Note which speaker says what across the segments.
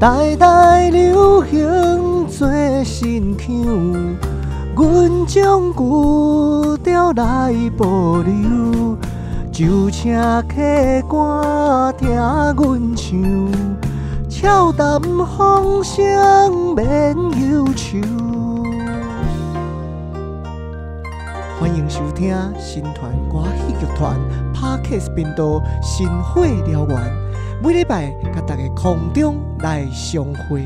Speaker 1: 代代流行做新腔，阮将旧调来保留，就请客官听阮唱，俏谈风声免忧愁。欢迎收听新团歌戏剧团 Parkes 频道《新火燎原》。每礼拜甲大家空中来相会。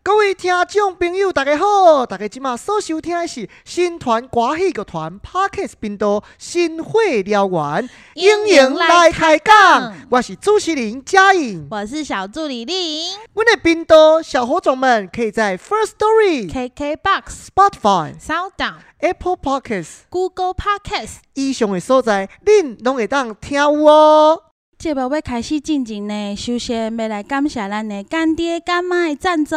Speaker 1: 各位听众朋友，大家好！大家即马所收听的是新团歌戏剧团 Parkes 频道《新火燎原》，
Speaker 2: 欢迎来开讲
Speaker 1: 我是主持人嘉颖。
Speaker 2: 我是小助理丽颖
Speaker 1: 我们的频道小火种们可以在 First Story、
Speaker 2: ，KKBOX、
Speaker 1: Spotify、
Speaker 2: Sound On、
Speaker 1: Apple Podcasts
Speaker 2: Google Podcast，
Speaker 1: 以上的所在，恁拢会当听有哦。
Speaker 2: 节目要开始进行呢，首先要来感谢咱的干爹干妈的赞助，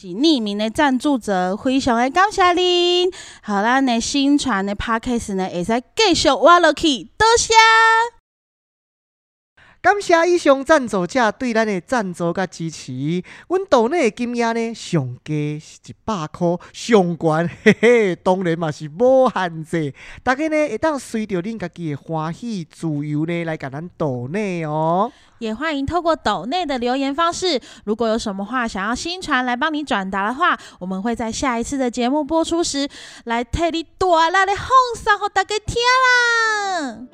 Speaker 2: 是匿名的赞助者，非常的感谢您。好，咱的新传的 Podcast 呢，会使继续挖落去，多谢。
Speaker 1: 感谢以上赞助者对咱的赞助甲支持，阮岛内的金额呢上低是一百箍，上悬嘿嘿，当然嘛是无限制。大家呢会当随着恁家己的欢喜自由呢来甲咱岛内哦。
Speaker 2: 也欢迎透过抖内的留言方式，如果有什么话想要新传来帮你转达的话，我们会在下一次的节目播出时来替你大力的放送给大家听啦。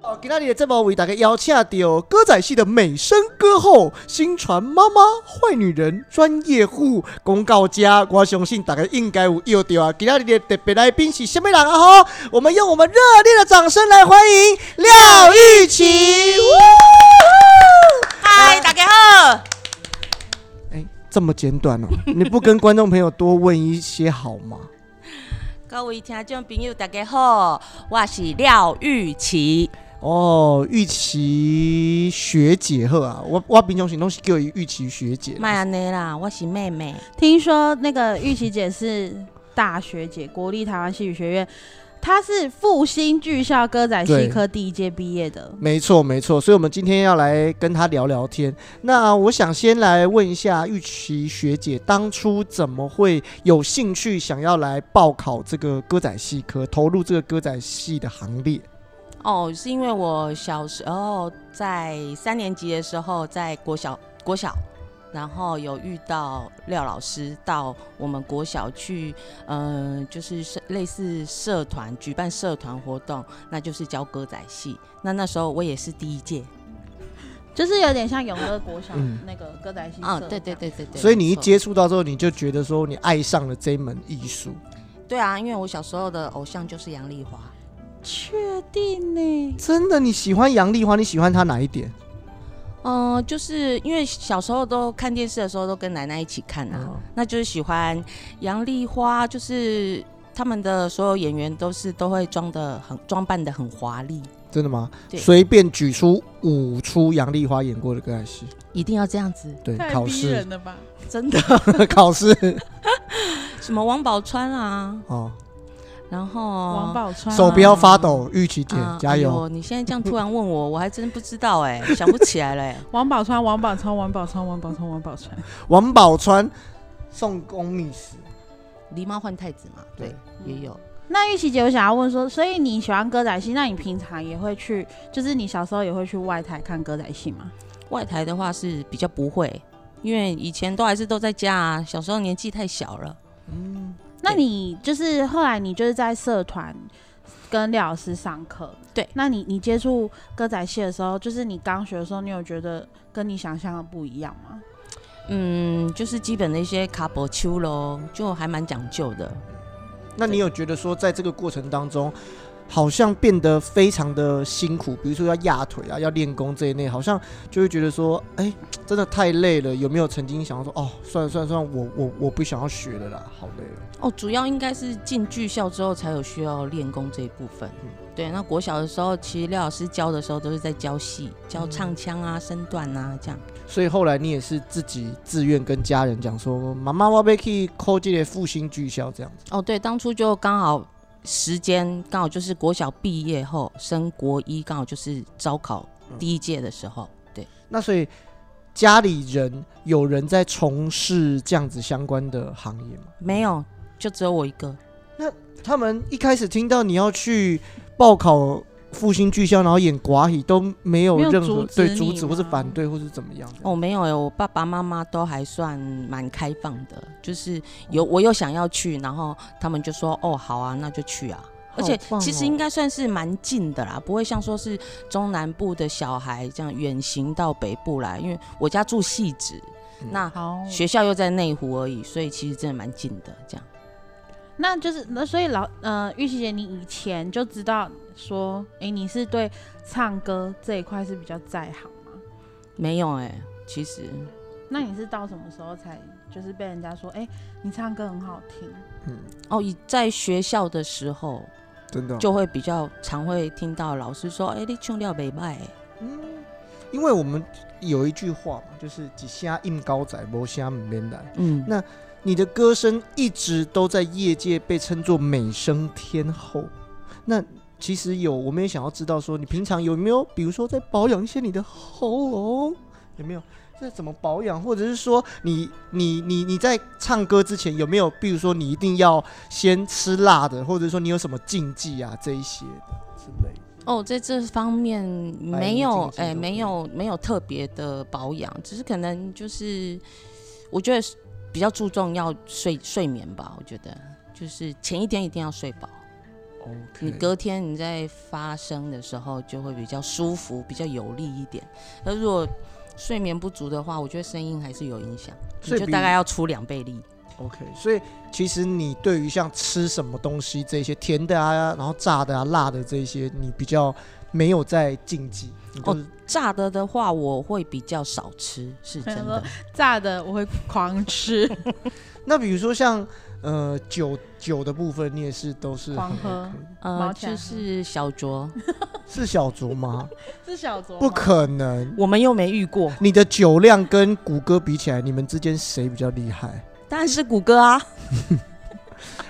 Speaker 1: 哦，今天的节目为大家邀请到歌仔戏的美声歌后、新传妈妈、坏女人、专业户、公告家，我相信大家应该有要到啊。今天的特别来宾是什么人啊？吼，我们用我们热烈的掌声来欢迎廖玉琪。
Speaker 3: 嗨，大家好。
Speaker 1: 哎，这么简短哦，你不跟观众朋友多问一些好吗？
Speaker 3: 各位听众朋友，大家好，我是廖玉琪。
Speaker 1: 哦，玉琪学姐呵啊，我我平常时拢是叫伊玉琪学姐啦。
Speaker 3: 麦安尼啦，我是妹妹。
Speaker 2: 听说那个玉琪姐是大学姐，国立台湾戏剧学院，她是复兴剧校歌仔戏科第一届毕业的。
Speaker 1: 没错，没错，所以我们今天要来跟他聊聊天。那我想先来问一下玉琪学姐，当初怎么会有兴趣想要来报考这个歌仔戏科，投入这个歌仔戏的行列？
Speaker 3: 哦，是因为我小时候在三年级的时候，在国小国小，然后有遇到廖老师到我们国小去，嗯、就是社类似社团举办社团活动，那就是教歌仔戏。那那时候我也是第一届。
Speaker 2: 就是有点像永乐国小
Speaker 1: 嗯
Speaker 2: 那个歌仔戏社、
Speaker 3: 嗯，对对，对对对。
Speaker 1: 所以你一
Speaker 3: 没错
Speaker 1: 接触到之后，你就觉得说你爱上了这一门艺术。
Speaker 3: 对啊，因为我小时候的偶像就是杨丽华。
Speaker 2: 确定呢？
Speaker 1: 真的，你喜欢杨丽花，你喜欢她哪一点？
Speaker 3: 嗯、就是因为小时候都看电视的时候都跟奶奶一起看啊，
Speaker 1: 哦
Speaker 3: 那就是喜欢杨丽花，就是他们的所有演员都是都会装的很装扮的很华丽，
Speaker 1: 真的吗？
Speaker 3: 对
Speaker 1: 随便举出五出杨丽花演过的歌仔戏，
Speaker 3: 一定要这样子，
Speaker 1: 对，考试，
Speaker 2: 了吧？
Speaker 3: 真的。
Speaker 1: 考试
Speaker 3: 什么王宝钏啊，
Speaker 1: 哦，
Speaker 3: 然后
Speaker 2: 王宝钏啊
Speaker 1: 手不要发抖，玉琪姐
Speaker 3: 啊
Speaker 1: 加油
Speaker 3: 哎！呦你现在这样突然问我，我还真不知道哎、想不起来了、哎
Speaker 2: 王宝钏，王宝钏，王宝钏，王宝钏，王宝钏。
Speaker 1: 王宝钏送公秘史，
Speaker 3: 狸猫换太子嘛，对，嗯也有。
Speaker 2: 那玉琪姐，我想要问说，所以你喜欢歌仔戏，那你平常也会去，就是你小时候也会去外台看歌仔戏吗？
Speaker 3: 外台的话是比较不会，因为以前都还是都在家啊，小时候年纪太小了。
Speaker 1: 嗯，
Speaker 2: 那
Speaker 3: 对
Speaker 2: 你就是后来你就是在社团跟廖老师上课，
Speaker 3: 对
Speaker 2: 那你你接触歌仔戏的时候，就是你刚学的时候，你有觉得跟你想象的不一样吗？
Speaker 3: 嗯，就是基本的一些卡波丘咯，就还蛮讲究的。
Speaker 1: 那你有觉得说，在这个过程当中，好像变得非常的辛苦，比如说要压腿啊，要练功这一类，好像就会觉得说，哎、真的太累了。有没有曾经想要说，哦，算了算了算了，我我我不想要学了啦，好累了。
Speaker 3: 哦，主要应该是进剧校之后才有需要练功这一部分。
Speaker 1: 嗯
Speaker 3: 对，那国小的时候，其实廖老师教的时候都是在教戏，教
Speaker 1: 嗯
Speaker 3: 唱腔啊、身段啊这样。
Speaker 1: 所以后来你也是自己自愿跟家人讲说，妈妈我要去考这个复兴剧校这样子。
Speaker 3: 哦，对，当初就刚好时间刚好就是国小毕业后升国一，刚好就是招考
Speaker 1: 嗯
Speaker 3: 第一届的时候。对，
Speaker 1: 那所以家里人有人在从事这样子相关的行业吗？
Speaker 3: 没有，就只有我一个。
Speaker 1: 他们一开始听到你要去报考复兴剧校，然后演寡喜，都没有
Speaker 4: 没有
Speaker 1: 任
Speaker 4: 阻
Speaker 1: 何
Speaker 4: 止
Speaker 1: 对阻
Speaker 4: 你
Speaker 1: 止或是
Speaker 4: 吗
Speaker 1: 反对或是怎么样的。
Speaker 3: 哦，没有哎，我爸爸妈妈都还算蛮开放的，就是有我有想要去，然后他们就说哦好啊，那就去啊。而且
Speaker 1: 棒
Speaker 3: 其实
Speaker 1: 哦
Speaker 3: 应该算是蛮近的啦，不会像说是中南部的小孩这样远行到北部来，因为我家住汐止，
Speaker 1: 嗯
Speaker 3: 那
Speaker 4: 好，
Speaker 3: 学校又在内湖而已，所以其实真的蛮近的。这样
Speaker 4: 那就是那所以老呃玉琪姐，你以前就知道说，哎、你是对唱歌这一块是比较在行吗？
Speaker 3: 没有哎、其实
Speaker 4: 那你是到什么时候才就是被人家说，哎、你唱歌很好听？
Speaker 1: 嗯，
Speaker 3: 哦，以在学校的时候
Speaker 1: 真的哦
Speaker 3: 就会比较常会听到老师说，哎、你唱料北拜。
Speaker 1: 嗯，因为我们有一句话嘛，就是“几虾硬高仔，摸虾免来
Speaker 3: 嗯
Speaker 1: 那你的歌声一直都在业界被称作美声天后。那其实有，我们也想要知道说，你平常有没有，比如说在保养一些你的喉咙，有没有？这怎么保养，或者是说你你你你在唱歌之前有没有，比如说你一定要先吃辣的，或者说你有什么禁忌啊这一些的之类的。
Speaker 3: 哦，在这方面没
Speaker 1: 这
Speaker 3: 有
Speaker 1: 个，是都
Speaker 3: 哎、
Speaker 1: 可以
Speaker 3: 没有，没有特别的保养，只是可能就是，我觉得是比较注重要睡睡眠吧。我觉得就是前一天一定要睡饱，你隔天你在发声的时候就会比较舒服，比较有力一点。那如果睡眠不足的话，我觉得声音还是有影响，
Speaker 1: 所
Speaker 3: 你
Speaker 1: 以
Speaker 3: 就
Speaker 1: 比
Speaker 3: 大概要出两倍力。
Speaker 1: OK，所以其实你对于像吃什么东西这些甜的啊，然后炸的啊、辣的这些，你比较没有在禁忌。你
Speaker 3: 哦
Speaker 1: 就是
Speaker 3: 炸的的话，我会比较少吃，是真 的。
Speaker 4: 炸的我会狂吃
Speaker 1: 那比如说像呃酒酒的部分，你也是都是
Speaker 4: 狂
Speaker 1: 很
Speaker 4: 喝
Speaker 1: OK
Speaker 3: 呃
Speaker 4: 毛，起来
Speaker 3: 就
Speaker 4: 喝
Speaker 3: 是小酌，
Speaker 1: 是小酌吗？
Speaker 4: 是小酌吗
Speaker 1: 不可能，
Speaker 3: 我们又没遇过。
Speaker 1: 你的酒量跟谷歌比起来，你们之间谁比较厉害？
Speaker 3: 当然是谷歌啊，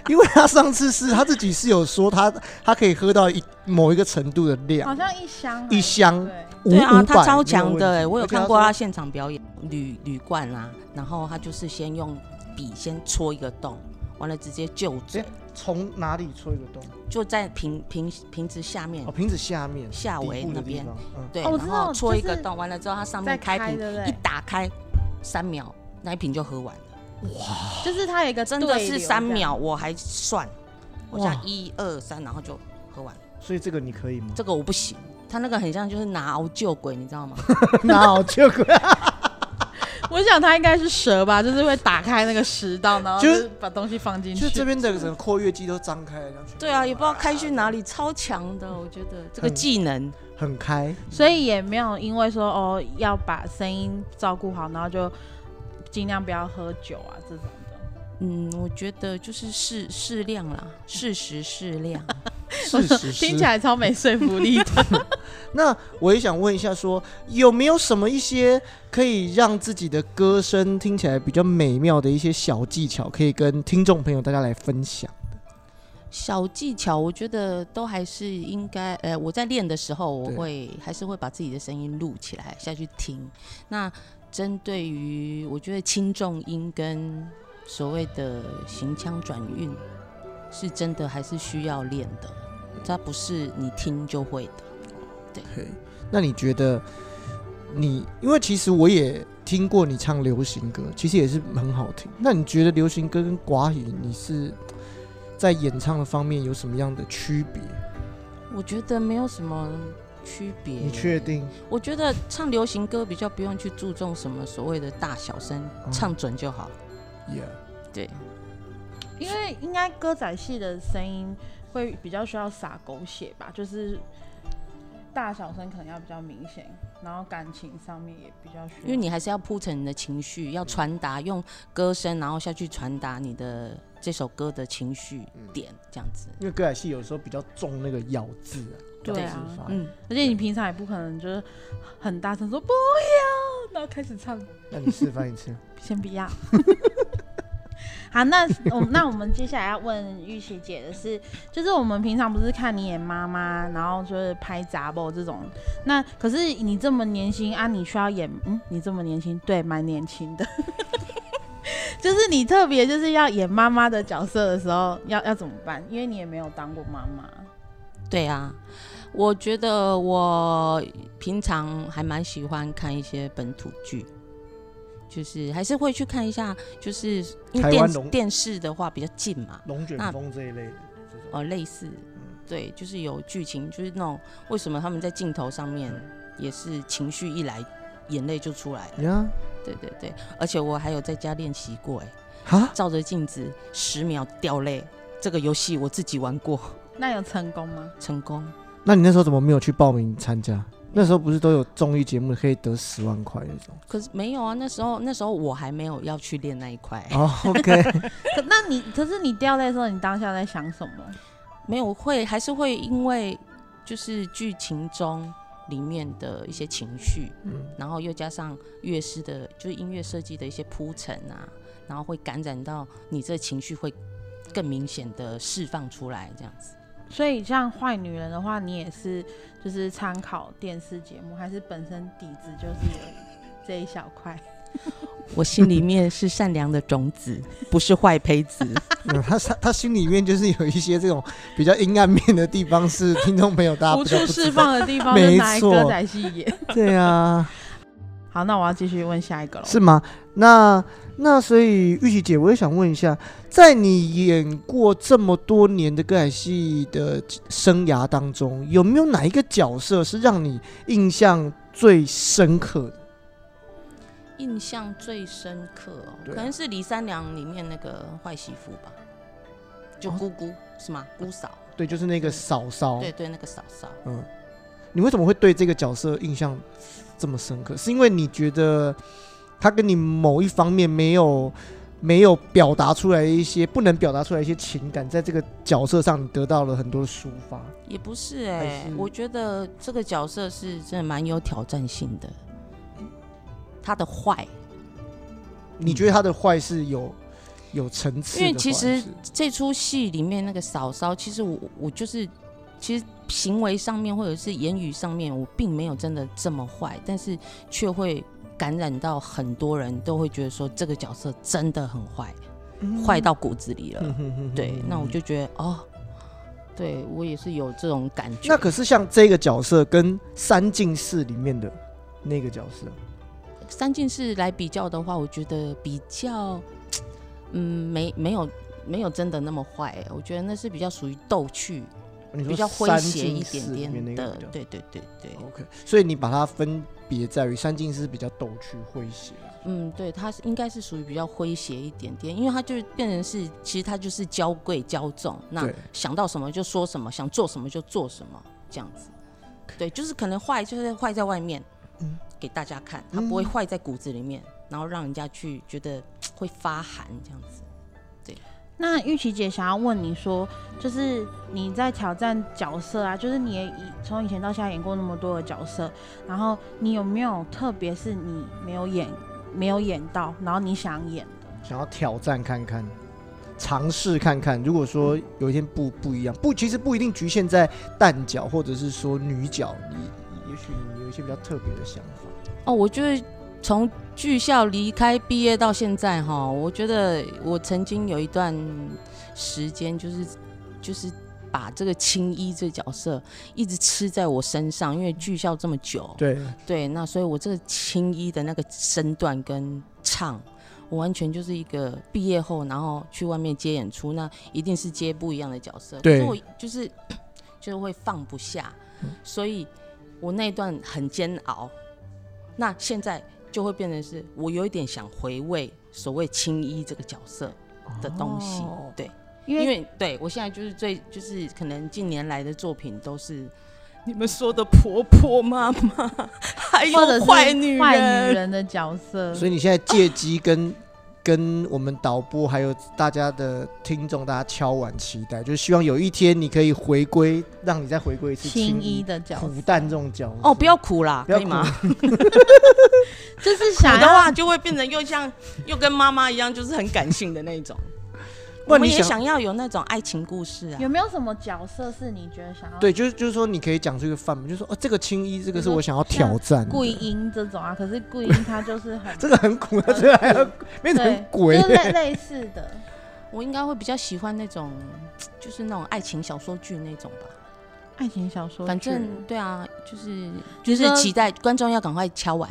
Speaker 1: 因为他上次是他自己是有说他他可以喝到一某一个程度的
Speaker 4: 好
Speaker 1: 量，
Speaker 4: 像一箱还
Speaker 1: 啊一箱哦五
Speaker 3: 啊
Speaker 4: 对，
Speaker 3: 对啊，
Speaker 1: 五
Speaker 3: 他
Speaker 1: 百
Speaker 3: 超强的、
Speaker 1: 没
Speaker 3: 欸，
Speaker 1: 问题
Speaker 3: 我有
Speaker 1: 而且他
Speaker 3: 看过
Speaker 1: 说
Speaker 3: 他现场表演，铝铝罐啊，然后他就是先用笔先戳一个洞，完了直接就嘴
Speaker 1: 哎，从哪里戳一个洞？
Speaker 3: 就在瓶瓶瓶子下面
Speaker 1: 哦，瓶子下面
Speaker 3: 嗯下
Speaker 1: 底
Speaker 3: 围
Speaker 1: 部
Speaker 3: 那
Speaker 1: 的地
Speaker 3: 边，
Speaker 1: 方，嗯。
Speaker 3: 对，
Speaker 4: 哦我
Speaker 3: 然
Speaker 4: 知道
Speaker 3: 后戳一
Speaker 4: 就
Speaker 3: 个
Speaker 4: 是
Speaker 3: 洞，完了之后它上
Speaker 4: 再
Speaker 3: 面
Speaker 4: 开
Speaker 3: 开瓶，
Speaker 4: 对不
Speaker 3: 一
Speaker 4: 对？
Speaker 3: 打开三秒，那一瓶就喝完了，
Speaker 4: 就是它有一个
Speaker 3: 真的
Speaker 4: 呃对流
Speaker 3: 是
Speaker 4: 这
Speaker 3: 三
Speaker 4: 样
Speaker 3: 秒，我还算，我
Speaker 1: 哇
Speaker 3: 想一二三，然后就喝完了，
Speaker 1: 所以这个你可以吗？
Speaker 3: 这个我不行。他那个很像就是拿熬救鬼，你知道吗？
Speaker 1: 哪有这 个？
Speaker 4: 我想它应该是蛇吧，就是会打开那个食道，然后
Speaker 1: 就
Speaker 4: 就是是把东西放进去。
Speaker 1: 就这边的整个括约肌都张开了，这样全部
Speaker 3: 对啊，也不知道开去哪里，超强的，我觉得这个
Speaker 1: 嗯
Speaker 3: 技能。
Speaker 1: 很 开。
Speaker 4: 所以也没有因为说哦要把声音照顾好，然后就尽量不要喝酒啊这种的。
Speaker 3: 嗯，我觉得就是适适量啦，适时适 量。
Speaker 1: 事实是
Speaker 4: 听起。来超没说服力的。
Speaker 1: 那我也想问一下说有没有什么一些可以让自己的歌声听起来比较美妙的一些小技巧，可以跟听众朋友大家来分享？
Speaker 3: 小技巧，我觉得都还是应该，呃，我在练的时候，我
Speaker 1: 对
Speaker 3: 会还是会把自己的声音录起来下去听。那针对于我觉得轻重音跟所谓的行腔转运，是真的还是需要练的，它不是你听就会的。
Speaker 1: 那你觉得你，因为其实我也听过你唱流行歌，其实也是很好听。那你觉得流行歌跟寡语，你是在演唱的方面有什么样的区别？
Speaker 3: 我觉得没有什么区别。
Speaker 1: 你确？定？
Speaker 3: 我觉得唱流行歌比较不用去注重什么所谓的大小声，
Speaker 1: 嗯
Speaker 3: 唱准就好。
Speaker 1: Yeah。
Speaker 3: 对，
Speaker 4: 因为应该歌仔戏的声音会
Speaker 2: 会比较需要撒狗血吧，就是大小声可能要比较明显，然后感情上面也比较需要。
Speaker 3: 因为你还是要铺陈你的情绪，要传达用歌声，然后下去传达你的这首歌的情绪点，这样子。
Speaker 1: 因为歌仔戏有时候比较重那个咬字啊，
Speaker 2: 对
Speaker 1: 咬
Speaker 2: 啊
Speaker 1: 字发音
Speaker 3: 嗯，
Speaker 2: 而且你平常也不可能就是很大声说不要，然后开始唱，
Speaker 1: 那你示范一次。
Speaker 2: 先不要。 好，那我们那我们接下来要问玉琪姐的是，就是我们平常不是看你演妈妈，然后就是拍杂报这种，那可是你这么年轻啊，你需要演，嗯，你这么年轻，对，蛮年轻的， 就是你特别就是要演妈妈的角色的时候，要要怎么办？因为你也没有当过妈妈，
Speaker 3: 对啊，我觉得我平常还蛮喜欢看一些本土剧，就是还是会去看一下，就是因为
Speaker 1: 台湾
Speaker 3: 电
Speaker 1: 龙
Speaker 3: 电视的话比较近嘛，
Speaker 1: 龙卷
Speaker 3: 那
Speaker 1: 风这一类的这种，
Speaker 3: 哦，类似，对，就是有剧情，就是那种为什么他们在镜头上面也是情绪一来，眼泪就出来了，
Speaker 1: 呀
Speaker 3: 对对对，而且我还有在家练习过，哎，
Speaker 1: 哈，
Speaker 3: 照着镜子十秒掉泪，这个游戏我自己玩过，
Speaker 2: 那有成功吗？
Speaker 3: 成功。
Speaker 1: 那你那时候怎么没有去报名参加？那时候不是都有综艺节目可以得十万块那 种？
Speaker 3: 可是没有啊，那时候那时候我还没有要去练那一块，欸
Speaker 1: 哦，OK，
Speaker 2: 可那你可是你掉泪的时候，你当下在想什么？
Speaker 3: 没有会还是会因为就是剧情中里面的一些情绪，
Speaker 1: 嗯，
Speaker 3: 然后又加上乐师的就是音乐设计的一些铺陈啊，然后会感染到你这情绪会更明显的释放出来，这样子。
Speaker 2: 所以像坏女人的话，你也是就是参考电视节目，还是本身底子就是有这一小块？
Speaker 3: 我心里面是善良的种子， 不是坏胚子。
Speaker 1: 嗯他他他心里面就是有一些这种比较阴暗面的地方，是听众朋友大家
Speaker 2: 无
Speaker 1: 比较不
Speaker 2: 处
Speaker 1: 知
Speaker 2: 释
Speaker 1: 道。
Speaker 2: 放的地方，
Speaker 1: 没
Speaker 2: 就拿来
Speaker 1: 错
Speaker 2: 歌仔戏演。
Speaker 1: 对啊，
Speaker 2: 好，那我要继续问下一个了。
Speaker 1: 是吗？那那所以玉琪姐，我也想问一下，在你演过这么多年的歌仔戏的生涯当中，有没有哪一个角色是让你印象最深刻的？
Speaker 3: 印象最深刻哦，
Speaker 1: 对啊
Speaker 3: 可能是《李三娘》里面那个坏媳妇吧，就
Speaker 1: 哦
Speaker 3: 姑姑、是吗？姑嫂，
Speaker 1: 对，就是那个嫂嫂。
Speaker 3: 对对，那个嫂嫂。
Speaker 1: 嗯，你为什么会对这个角色印象这么深刻？是因为你觉得他跟你某一方面没有没有表达出来一些不能表达出来一些情感，在这个角色上你得到了很多的抒发。
Speaker 3: 也不是哎、
Speaker 1: 还是
Speaker 3: 我觉得这个角色是真的蛮有挑战性的。他的坏，
Speaker 1: 你觉得他的坏是有有层次的
Speaker 3: 因
Speaker 1: 坏事？
Speaker 3: 为其实这出戏里面那个嫂嫂，其实我我就是，其实行为上面或者是言语上面，我并没有真的这么坏，但是却会感染到很多人都会觉得说这个角色真的很坏，坏、到骨子里了。
Speaker 1: 嗯哼哼
Speaker 3: 对
Speaker 1: 哼，
Speaker 3: 那我
Speaker 1: 哼
Speaker 3: 就觉得哦，对我也是有这种感觉。
Speaker 1: 嗯那可是像这个角色跟《三进四》里面的那个角色，
Speaker 3: 三进士来比较的话，我觉得比较，嗯，没没有没有真的那么坏、我觉得那是比较属于逗趣，
Speaker 1: 你说
Speaker 3: 比较诙
Speaker 1: 三
Speaker 3: 谐
Speaker 1: 进
Speaker 3: 一
Speaker 1: 四里
Speaker 3: 点
Speaker 1: 面那
Speaker 3: 点
Speaker 1: 个
Speaker 3: 的
Speaker 1: 比较。哦
Speaker 3: 对对对对，
Speaker 1: OK，所以你把它分别在于三进是比较逗趣诙谐，啊
Speaker 3: 嗯，对，他应该是属于比较诙谐一点点，因为他就是变成是，其实他就是娇贵骄纵，那
Speaker 1: 对，
Speaker 3: 想到什么就说什么，想做什么就做什么，这样子。对，就是可能坏，就是坏在外面，
Speaker 1: 嗯
Speaker 3: 给大家看，他不会
Speaker 1: 嗯
Speaker 3: 坏在骨子里面，然后让人家去觉得会发寒这样子。
Speaker 2: 那玉琪姐想要问你说，就是你在挑战角色啊，就是你也以从以前到现在演过那么多的角色，然后你有没有特别是你没有演没有演到，然后你想演的？
Speaker 1: 想要挑战看看，尝试看看。如果说有一天不不一样，不其实不一定局限在旦角或者是说女角，你也许你有一些比较特别的想法。
Speaker 3: 哦，我觉得从剧校离开毕业到现在哈，我觉得我曾经有一段时间，就是就是把这个青衣这角色一直吃在我身上，因为剧校这么久，
Speaker 1: 对，
Speaker 3: 对，那所以我这个青衣的那个身段跟唱。我完全就是一个毕业后，然后去外面接演出，那一定是接不一样的角色。
Speaker 1: 对嗯
Speaker 3: 可是我就是就是会放不下，所以我那一段很煎熬。那现在就会变成是我有一点想回味所谓青衣这个角色的东西，
Speaker 1: 哦
Speaker 3: 对，
Speaker 2: 因
Speaker 3: 因
Speaker 2: 为
Speaker 3: 为对我现在就是最就是可能近年来的作品都是你们说的婆婆妈妈， 还
Speaker 2: 或者
Speaker 3: 有
Speaker 2: 是
Speaker 3: 坏女
Speaker 2: 坏
Speaker 3: 人
Speaker 2: 女，人的角色，
Speaker 1: 所以你现在借机跟、跟我们导播还有大家的听众，大家敲碗期待，就是希望有一天你可以回归，让你再回归一次
Speaker 2: 青衣
Speaker 1: 衣
Speaker 2: 的角色
Speaker 1: 苦蛋这种角色。
Speaker 3: 哦，不要哭啦，
Speaker 1: 不要
Speaker 3: 可以 吗？
Speaker 1: 哭
Speaker 2: 就是
Speaker 3: 我
Speaker 2: 想
Speaker 3: 的
Speaker 2: 要
Speaker 3: 话就会变成又像又跟妈妈一样，就是很感性的那一种。
Speaker 1: 不
Speaker 3: 我
Speaker 1: 然
Speaker 3: 们
Speaker 1: 你
Speaker 3: 也
Speaker 1: 想
Speaker 3: 想要有那种爱情故事啊
Speaker 2: 有。没有什么角色是你觉得想要
Speaker 1: 对，就是就是说，你可以讲出一个范本，就是说哦，这个青衣，这
Speaker 3: 嗯
Speaker 1: 个是我想要挑战的。
Speaker 2: 桂英这种啊？可是桂英她就是 很
Speaker 1: 这个很苦，啊这个还要变成
Speaker 2: 对，
Speaker 1: 鬼欸
Speaker 2: 就。是类类似的。
Speaker 3: 我应该会比较喜欢那种，就是那种爱情小说剧那种吧。
Speaker 2: 爱情小说剧，
Speaker 3: 反正对啊，就是
Speaker 2: 就
Speaker 3: 就是期待观众要赶快敲完，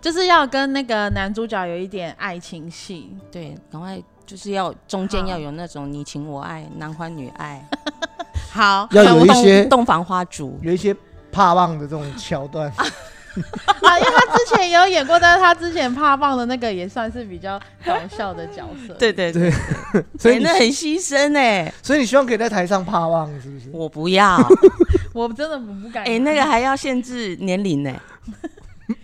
Speaker 2: 就是要跟那个男主角有一点爱情戏，
Speaker 3: 对，赶快就是要中间
Speaker 2: 好
Speaker 3: 要有那种你情我爱、男欢女爱，
Speaker 2: 好，
Speaker 1: 要有一些
Speaker 3: 洞洞房花烛。
Speaker 1: 有一些怕棒的这种桥段，
Speaker 2: 啊，因为他之前也有演过，但是他之前怕棒的那个也算是比较搞笑的角色。
Speaker 3: 对对
Speaker 1: 对
Speaker 3: 对，
Speaker 1: 所以
Speaker 3: 欸
Speaker 1: 你
Speaker 3: 那很牺牲哎，
Speaker 1: 所以你希望可以在台上怕棒，是不是？
Speaker 3: 我不要
Speaker 2: 我真的不敢。
Speaker 3: 哎，那个还要限制年龄呢，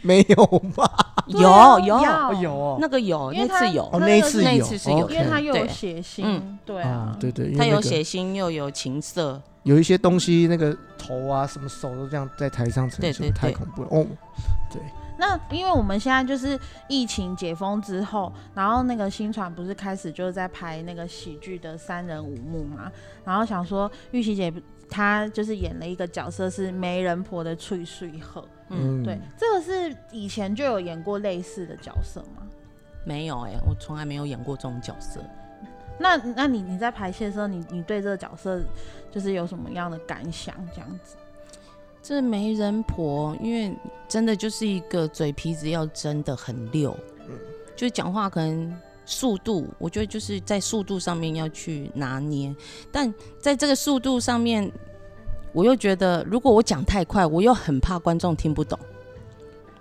Speaker 1: 没有吧？
Speaker 2: 对啊
Speaker 3: 有有
Speaker 2: 要
Speaker 1: 哦有哦，
Speaker 3: 那个有
Speaker 2: 因为
Speaker 3: 那
Speaker 2: 他
Speaker 3: 次有
Speaker 1: 哦，
Speaker 2: 那
Speaker 1: 那一次有，哦
Speaker 3: 那一次是有
Speaker 2: 因为他
Speaker 1: OK
Speaker 2: 又有
Speaker 3: 对
Speaker 2: 血腥
Speaker 3: 嗯，
Speaker 2: 对
Speaker 1: 啊
Speaker 2: 啊，，
Speaker 1: 对对，因为
Speaker 3: 他有
Speaker 1: 那个
Speaker 3: 血腥又有情色，
Speaker 1: 有一些东西，那个头啊，什么手都这样在台上呈
Speaker 3: 对
Speaker 1: 现，
Speaker 3: 对对
Speaker 1: 太恐怖了。哦，
Speaker 2: 那因为我们现在就是疫情解封之后，然后那个新传不是开始就是在排那个喜剧的三人五幕嘛，然后想说玉琪姐她就是演了一个角色是媒人婆的翠穗鹤，
Speaker 1: 嗯，
Speaker 3: 嗯，
Speaker 2: 对，这个是以前就有演过类似的角色吗？
Speaker 3: 没有哎、我从来没有演过这种角色。
Speaker 2: 那那你你在排戏的时候，你你对这个角色就是有什么样的感想？这样子，
Speaker 3: 这媒人婆，因为真的就是一个嘴皮子要真的很溜，
Speaker 1: 嗯
Speaker 3: 就是讲话可能速度，我觉得就是在速度上面要去拿捏，但在这个速度上面，我又觉得如果我讲太快，我又很怕观众听不懂，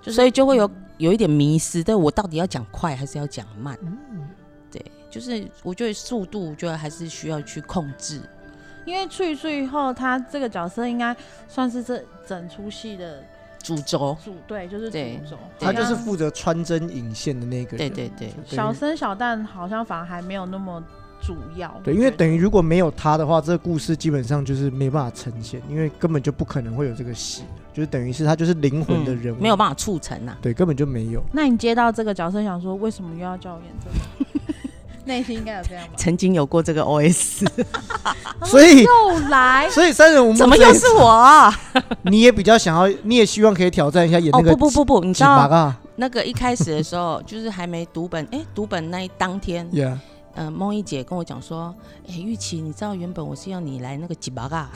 Speaker 3: 所以就嗯会有有一点迷失，但我到底要讲快还是要讲慢？对，就是我觉得速度，我觉得还是需要去控制。
Speaker 2: 因为翠穗鹤她这个角色应该算是这整出戏的
Speaker 3: 主轴，
Speaker 2: 主对，就是主
Speaker 3: 对啊
Speaker 2: 轴，
Speaker 1: 他就是
Speaker 2: 好像
Speaker 1: 负责穿针引线的那个
Speaker 3: 对
Speaker 1: 人。
Speaker 3: 对对，
Speaker 1: 对
Speaker 2: 小生小旦好像反而还没有那么主要。
Speaker 1: 对，因为
Speaker 2: 我觉得
Speaker 1: 等于如果没有他的话，这个故事基本上就是没办法呈现，因为根本就不可能会有这个戏，就是等于是他就是灵魂的人物，
Speaker 3: 嗯没有办法促成啊。
Speaker 1: 对，根本就没有。
Speaker 2: 那你接到这个角色，想说为什么又要叫我演这个？ 内心应该有这样吧？
Speaker 3: 曾经有过这个 OS，
Speaker 1: 所以，
Speaker 2: 又来，
Speaker 1: 所以三人无
Speaker 3: 怎么又是我啊、
Speaker 1: 你也比较想要，你也希望可以挑战一下演
Speaker 3: 哦
Speaker 1: 那个
Speaker 3: 不不不不，你知
Speaker 1: 几把
Speaker 3: 道
Speaker 1: 啊
Speaker 3: 那个一开始的时候，就是还没读本，哎、读本那一当天，
Speaker 1: ，Yeah，
Speaker 3: 嗯、梦一姐跟我讲说，哎、玉琪，你知道原本我是要你来那个吉巴嘎，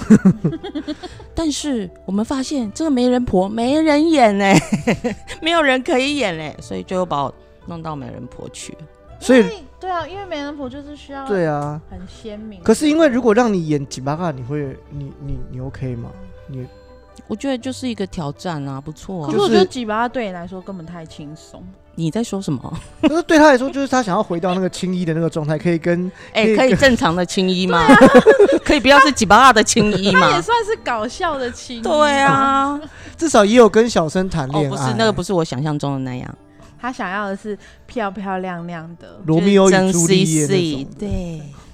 Speaker 3: 但是我们发现这个媒人婆没人演哎、 没有人可以演哎、所以就又把我弄到媒人婆去。
Speaker 1: 所以
Speaker 2: 因为对啊，因为媒人婆就是需要
Speaker 1: 对啊。
Speaker 2: 很鲜明。
Speaker 1: 可是因为如果让你演几巴嘎，你会，你你你 OK 吗？你
Speaker 3: 我觉得就是一个挑战啊，不错
Speaker 2: 可
Speaker 3: 啊。
Speaker 2: 是
Speaker 1: 就
Speaker 2: 我觉
Speaker 1: 是
Speaker 2: 得吉巴对你来说根本太轻松，
Speaker 3: 你在说什么？
Speaker 1: 就是对他来说，就是他想要回到那个青衣的那个状态，可以跟
Speaker 3: 哎、
Speaker 1: 可以
Speaker 3: 可以正常的青衣吗？ 可以不要是吉巴拉的青 衣
Speaker 2: 他也
Speaker 3: 吗？
Speaker 2: 算是搞笑的亲。
Speaker 3: 对，啊，
Speaker 1: 至少也有跟小生谈
Speaker 3: 哦，
Speaker 1: 恋爱。
Speaker 3: 不是那个，不是我想象中的那样。
Speaker 2: 他想要的是漂漂亮亮的，
Speaker 1: 罗密欧
Speaker 3: 真
Speaker 1: 与朱丽叶那
Speaker 3: CC，
Speaker 1: 种。
Speaker 3: 对，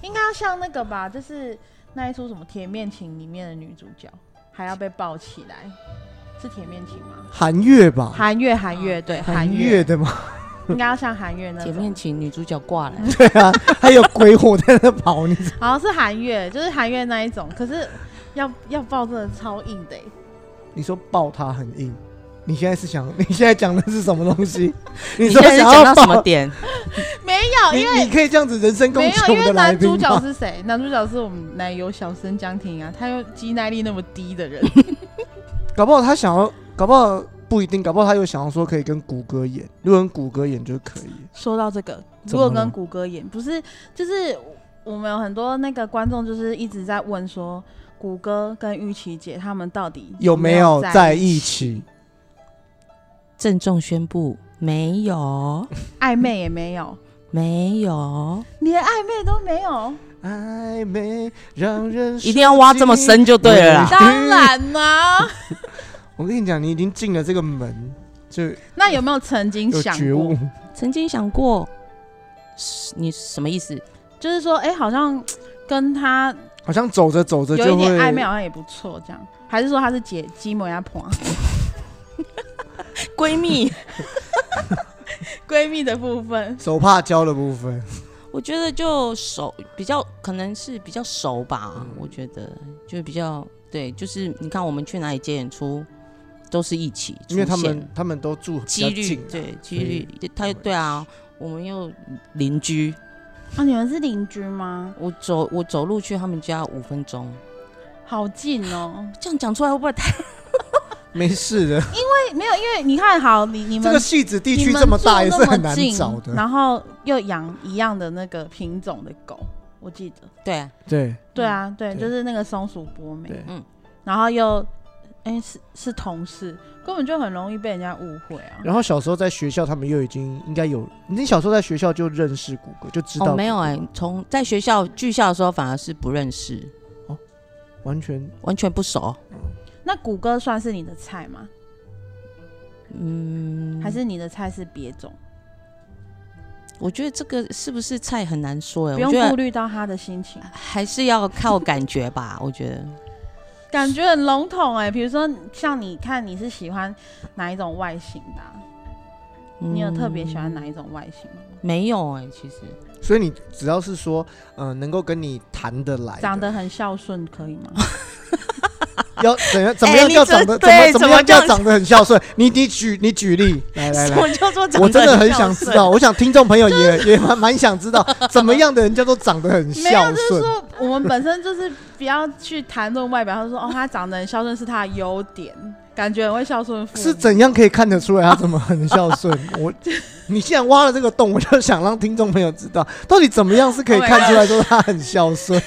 Speaker 2: 应该要像那个吧，就是那一出什么《铁面情》里面的女主角，还要被抱起来，是《铁面情》吗？
Speaker 1: 韩月吧，
Speaker 2: 韩月，韩月，对，哦韩
Speaker 1: 月，的嘛，
Speaker 2: 应该要像韩月那
Speaker 3: 铁
Speaker 2: 种
Speaker 3: 面。情女主角挂了，
Speaker 1: 对啊，还有鬼火在那跑，你知道
Speaker 2: 好像是韩月，就是韩月那一种，可是要要抱真的超硬的欸、
Speaker 1: 你说抱他很硬，你现在是想， 你现在讲的是什么东西？ 你
Speaker 3: 现
Speaker 1: 说
Speaker 3: 在是
Speaker 1: 想
Speaker 3: 讲
Speaker 1: 要
Speaker 3: 到什么
Speaker 1: 抱，
Speaker 3: 点？
Speaker 2: 没有，
Speaker 1: 你
Speaker 2: 因为
Speaker 1: 你可以这样子人身攻
Speaker 2: 没
Speaker 1: 击
Speaker 2: 有，
Speaker 1: 我
Speaker 2: 因
Speaker 1: 们
Speaker 2: 为
Speaker 1: 的来
Speaker 2: 男主
Speaker 1: 宾
Speaker 2: 角
Speaker 1: 吗？
Speaker 2: 是谁？男主角是我们奶油小生江婷啊，他又肌耐力那么低的人，
Speaker 1: 搞不好他想要，搞不好不一定，搞不好他又想要说可以跟谷歌演，如果跟谷歌演就可以。
Speaker 2: 说到这个，
Speaker 1: 怎
Speaker 2: 如
Speaker 1: 么了
Speaker 2: 果跟谷歌演，不是就是我们有很多那个观众就是一直在问说，谷歌跟玉琪姐他们到底
Speaker 1: 有没有在
Speaker 2: 在
Speaker 1: 一起？
Speaker 3: 郑重宣布，没有，
Speaker 2: 暧昧也没有，
Speaker 3: 没有，
Speaker 2: 连暧昧都没有，
Speaker 1: 暧昧让人
Speaker 3: 一定要挖这么深就对了啦。
Speaker 2: 当然啦、
Speaker 1: 我跟你讲，你已经进了这个门，就
Speaker 2: 那有没有曾经
Speaker 1: 有
Speaker 2: 想
Speaker 1: 觉
Speaker 2: 过
Speaker 1: 悟，。
Speaker 3: 曾经想过，是你什么意思？
Speaker 2: 就是说，哎、好像跟他
Speaker 1: 好像走着走着
Speaker 2: 有一
Speaker 1: 就会
Speaker 2: 点暧昧，好像也不错，这样。还是说他是姐鸡母鸭婆
Speaker 3: 闺蜜，
Speaker 2: 闺蜜的部分？
Speaker 1: 手帕胶的部分。
Speaker 3: 我觉得就熟，比较可能是比较熟
Speaker 1: 嗯
Speaker 3: 吧。我觉得就比较对，就是你看我们去哪里接演出，都是一起出
Speaker 1: 因
Speaker 3: 现，
Speaker 1: 为他们他们都住比较
Speaker 3: 几率
Speaker 1: 近啊，
Speaker 3: 对几
Speaker 1: 所
Speaker 3: 率
Speaker 1: 以，
Speaker 3: 他对啊，我们又邻居，
Speaker 2: 啊，你们是邻居吗？
Speaker 3: 我走我走路去他们家五分钟，
Speaker 2: 好近哦！
Speaker 3: 这样讲出来会不会太？
Speaker 1: 没事的。
Speaker 2: 对，哎没有，因为你看好你你
Speaker 1: 这
Speaker 2: 们
Speaker 1: 个戏子地
Speaker 2: 你
Speaker 1: 区
Speaker 2: 们
Speaker 1: 这么大，
Speaker 2: 住
Speaker 1: 也
Speaker 2: 那
Speaker 1: 是很
Speaker 2: 么
Speaker 1: 难
Speaker 2: 近
Speaker 1: 找的。
Speaker 2: 然后又养一样的那个品种的狗，我记得。
Speaker 3: 对啊，
Speaker 1: 对
Speaker 2: 对啊，对，
Speaker 1: 嗯对
Speaker 2: 就是那个松鼠博美，
Speaker 1: 对，
Speaker 3: 嗯
Speaker 2: 然后又，哎、是是同事，根本就很容易被人家误会啊。
Speaker 1: 然后小时候在学校，他们又已经应该有，你小时候在学校就认识谷歌，就知道
Speaker 3: 哦，没有
Speaker 1: 谷歌
Speaker 2: 欸
Speaker 3: 哎、从在学校聚校的时候反而是不认识，
Speaker 1: 完全
Speaker 3: 完全不熟。
Speaker 2: 那谷歌算是你的菜吗？
Speaker 3: 嗯，
Speaker 2: 还是你的菜是别种？
Speaker 3: 我觉得这个是不是菜很难说哎、
Speaker 2: 不
Speaker 3: 我
Speaker 2: 用
Speaker 3: 觉
Speaker 2: 顾
Speaker 3: 得啊
Speaker 2: 虑到他的心情，
Speaker 3: 还是要靠感觉吧。我觉得
Speaker 2: 感觉很笼统哎、比如说，像你看你是喜欢哪一种外形的啊、 你有特别喜
Speaker 3: 嗯
Speaker 2: 欢哪一种外形吗？
Speaker 3: 没有哎、其实
Speaker 1: 所以你只要是说，呃，能够跟你谈得来的，
Speaker 2: 长得很孝顺可以吗？
Speaker 1: 要怎 样怎
Speaker 2: 哎
Speaker 1: 么样
Speaker 3: 你
Speaker 1: 叫
Speaker 3: 这
Speaker 1: 长得、
Speaker 3: 对
Speaker 1: 怎么怎
Speaker 3: 怎
Speaker 1: 么
Speaker 3: 么
Speaker 1: 样叫
Speaker 3: 叫
Speaker 1: 长得很孝顺？你你举你举例来来
Speaker 3: 什
Speaker 1: 来，
Speaker 3: 么叫做长
Speaker 1: 我真
Speaker 3: 得
Speaker 1: 的很想
Speaker 3: 孝
Speaker 1: 知
Speaker 3: 顺
Speaker 1: 道，我想听众朋友也也蛮蛮想知道，怎么样的人叫做长得 很
Speaker 2: 没有，
Speaker 1: 孝
Speaker 2: 就是
Speaker 1: 顺？
Speaker 2: 说我们本身就是不要去谈论外表，他说哦，他长得很孝顺是他的优点，感觉很会孝顺父母。
Speaker 1: 是怎样可以看得出来他怎么很孝顺？我，你既然挖了这个洞，我就想让听众朋友知道，到底怎么样是可以
Speaker 2: Oh my
Speaker 1: 看出来说他很孝顺？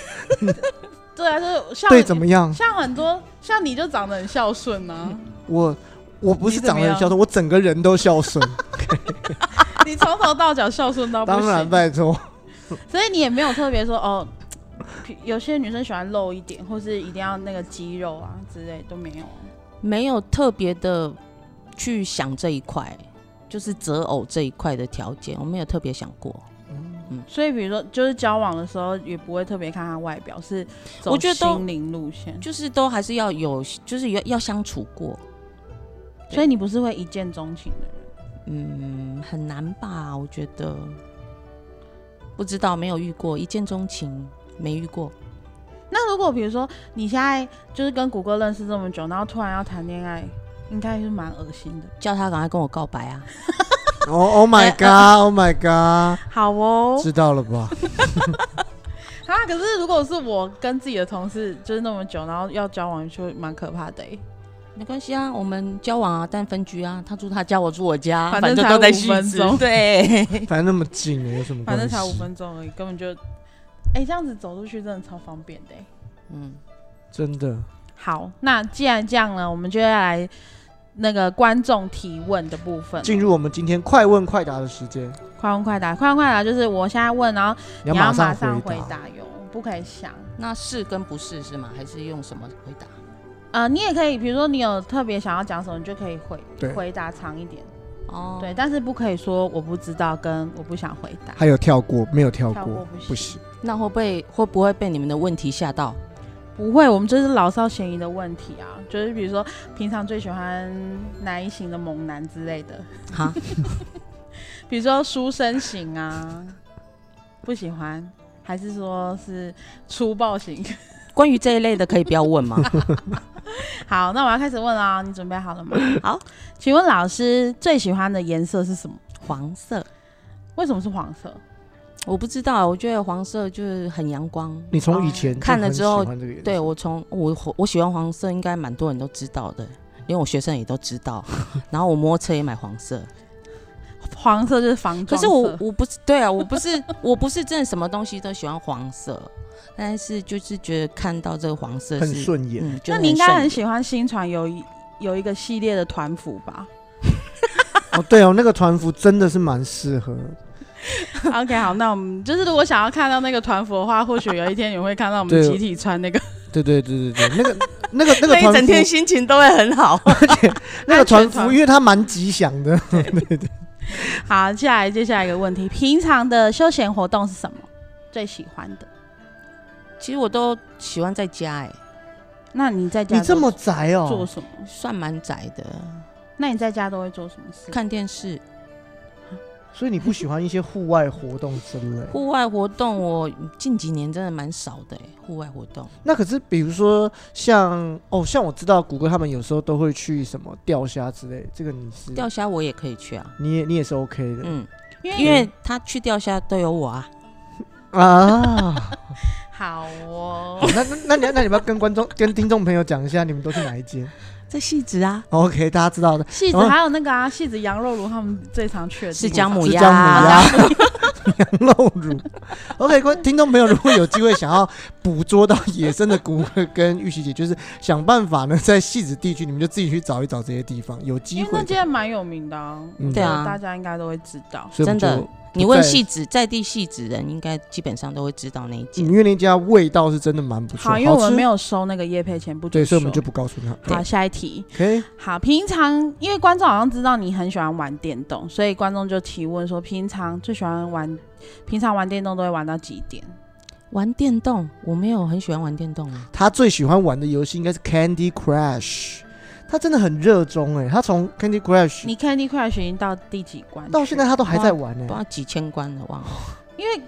Speaker 2: 对啊，就是像
Speaker 1: 对，怎么样？
Speaker 2: 像很多像你就长得很孝顺啊，
Speaker 1: 我我不是
Speaker 2: 你怎
Speaker 1: 长
Speaker 2: 么
Speaker 1: 得很
Speaker 2: 样
Speaker 1: 孝顺，我整个人都孝顺。
Speaker 2: 你从头到脚孝顺到不
Speaker 1: 当然，
Speaker 2: 行，
Speaker 1: 拜托，
Speaker 2: 所以你也没有特别说哦。有些女生喜欢露一点，或是一定要那个肌肉啊之类都没有。啊
Speaker 3: 没有特别的去想这一块，就是择偶这一块的条件，我没有特别想过。
Speaker 2: 所以比如说，就是交往的时候也不会特别看她外表，是走
Speaker 3: 我觉得都
Speaker 2: 心灵路线。
Speaker 3: 就是都还是要有，就是要要相处过，
Speaker 2: 所以你不是会一见钟情的人。
Speaker 3: 嗯，很难吧？我觉得不知道，没有遇过一见钟情，没遇过。
Speaker 2: 那如果比如说你现在就是跟谷歌认识这么久，然后突然要谈恋爱，应该是蛮恶心的。
Speaker 3: 叫他赶快跟我告白啊！
Speaker 1: 哦，Oh my
Speaker 3: 哎
Speaker 1: God，Oh my God，
Speaker 2: 好哦，
Speaker 1: 知道了吧？
Speaker 2: 啊，可是如果是我跟自己的同事就是那么久，然后要交往，就蛮可怕的、欸。
Speaker 1: 嗯
Speaker 3: 没关系啊，我们交往啊，但分居啊，他住他家，我住我家，
Speaker 2: 反
Speaker 3: 反
Speaker 2: 正
Speaker 3: 正
Speaker 2: 才
Speaker 3: 都在
Speaker 2: 5分
Speaker 3: 续子
Speaker 2: 钟
Speaker 3: 对，
Speaker 1: 反正那么近了，有什么关
Speaker 2: 反
Speaker 1: 系？
Speaker 2: 正才五分钟而已，根本
Speaker 1: 嗯
Speaker 2: 就，哎、这样子走出去真的超方便的、欸。
Speaker 3: 嗯，
Speaker 1: 真的，
Speaker 2: 好，那既然这样呢，我们就要来那个观众提问的部分了，
Speaker 1: 进入我们今天快问快答的时间，
Speaker 2: 快问快答，快问快答就是我现在问，然后
Speaker 1: 你要
Speaker 2: 要马
Speaker 1: 上
Speaker 2: 回
Speaker 1: 答。
Speaker 2: 答哟，不可以想。
Speaker 3: 那是跟不是是吗？还是用什么回答？
Speaker 2: 呃，你也可以，比如说你有特别想要讲什么，你就可以回
Speaker 1: 对
Speaker 2: 回答长一点，
Speaker 3: 哦，
Speaker 2: 对，，但是不可以说我不知道跟我不想回答，
Speaker 1: 还有跳过没有跳
Speaker 2: 跳过
Speaker 1: 过？
Speaker 2: 不行，
Speaker 1: 不行，
Speaker 3: 那会不会会不会被你们的问题吓到？
Speaker 2: 不会，我们这是老少咸宜的问题啊，就是比如说平常最喜欢哪一型的猛男之类的，
Speaker 3: 哈，
Speaker 2: 比如说书生型啊，不喜欢，还是说是粗暴型？
Speaker 3: 关于这一类的可以不要 问吗？
Speaker 2: 好，那我要开始问啦、你准备好了吗？
Speaker 3: 好，
Speaker 2: 请问老师最喜欢的颜色是什么？
Speaker 3: 黄色，
Speaker 2: 为什么是黄色？
Speaker 3: 我不知道，我觉得黄色就是很阳光。
Speaker 1: 你从以前就
Speaker 3: 看了
Speaker 1: 很
Speaker 3: 之后
Speaker 1: 喜欢这个颜色
Speaker 3: 对我从我我喜欢黄色，应该蛮多人都知道的，因为我学生也都知 道。然后我摩托车也买黄色，
Speaker 2: 黄色就是防
Speaker 3: 可
Speaker 2: 撞
Speaker 3: 是
Speaker 2: 色。
Speaker 3: 我我不是对啊，我不是我不是真的什么东西都喜欢黄色，但是就是觉得看到这个黄色
Speaker 1: 很
Speaker 3: 是，
Speaker 1: 顺眼，
Speaker 3: 嗯，就
Speaker 2: 那你应该
Speaker 3: 顺
Speaker 2: 很
Speaker 3: 眼
Speaker 2: 喜欢新传有一有一个系 列的团服吧？
Speaker 1: 哦，对哦，那个团服真的是蛮适合
Speaker 2: OK，好，那我们就是如果想要看到那个团服的话，或许有一天你会看到我 们
Speaker 1: 对
Speaker 2: 集体穿那个
Speaker 1: 对对对对对，那 个那个那个
Speaker 3: 所以
Speaker 1: 团
Speaker 3: 整
Speaker 1: 服，
Speaker 3: 天心情都会很 好。
Speaker 1: 那个船
Speaker 2: 安全团
Speaker 1: 服，因为它蛮吉祥的。
Speaker 2: 好，接下来接下来一个问题，平常的休闲活动是什么？最喜欢的？
Speaker 3: 其实我都喜欢在家、欸，
Speaker 2: 那你在家
Speaker 1: 你这
Speaker 2: 都
Speaker 1: 么宅
Speaker 2: 做
Speaker 1: 哦？
Speaker 2: 什么？
Speaker 3: 算蛮宅的，
Speaker 2: 那你在家都会做什么事？
Speaker 3: 看电视。
Speaker 1: 所以你不喜欢一些户外活动之类？
Speaker 3: 户外活动我近几年真的蛮少的、欸，户外活动。
Speaker 1: 那可是比如说像哦，像我知道谷歌他们有时候都会去什么钓虾之类，这个你是
Speaker 3: 钓虾我也可以去啊，
Speaker 1: 你也你也是 OK 的、
Speaker 3: 嗯，
Speaker 2: 因为
Speaker 3: 因为他去钓虾都有我啊。
Speaker 1: 啊。
Speaker 5: 好哦
Speaker 1: 好，那那那你那你要不要跟观众跟听众朋友讲一下，你们都去哪一间
Speaker 3: 这戏子啊，
Speaker 1: ？OK，大家知道的。
Speaker 2: 戏子
Speaker 1: 哦
Speaker 2: 还有那个啊，戏子羊肉炉他们最常去的地
Speaker 3: 是
Speaker 2: 方
Speaker 3: 姜母
Speaker 1: 是
Speaker 3: 鸭，
Speaker 1: 姜母鸭、 羊肉乳。OK，观听众朋友，如果有机会想要捕捉到野生的骨骼跟玉琪姐，就是想办法呢，在戏子地区，你们就自己去找一找这些地方，有机
Speaker 5: 因为
Speaker 1: 会
Speaker 5: 那。间蛮有名的、啊，
Speaker 1: 嗯
Speaker 3: 对啊
Speaker 5: 大家应该都会知道。
Speaker 1: 所以我们
Speaker 3: 真的
Speaker 1: 就
Speaker 3: 你问
Speaker 1: 不在
Speaker 3: 戏子在地戏子人，应该基本上都会知道那一
Speaker 1: 嗯
Speaker 3: 间。
Speaker 1: 因为那家味道是真的蛮不错，
Speaker 2: 好，因为我们
Speaker 1: 吃
Speaker 2: 没有收那个叶配钱，不
Speaker 1: 对，
Speaker 2: 准
Speaker 1: 所以我们
Speaker 2: 说
Speaker 1: 就不告诉他。
Speaker 2: 好，下一题。
Speaker 1: OK，
Speaker 2: 好，平常因为观众好像知道你很喜欢玩电动，所以观众就提问说，平常最喜欢玩，平常玩电动都会玩到几点？
Speaker 3: 玩电动，我没有很喜欢玩电动啊。
Speaker 1: 他最喜欢玩的游戏应该是 Candy Crush，他真的很热衷哎、他从 Candy Crush
Speaker 2: 你 Candy Crush 已经到第几关去？
Speaker 1: 到现在他都还在玩哎、
Speaker 3: 不知道几千关了，忘了。
Speaker 2: 因为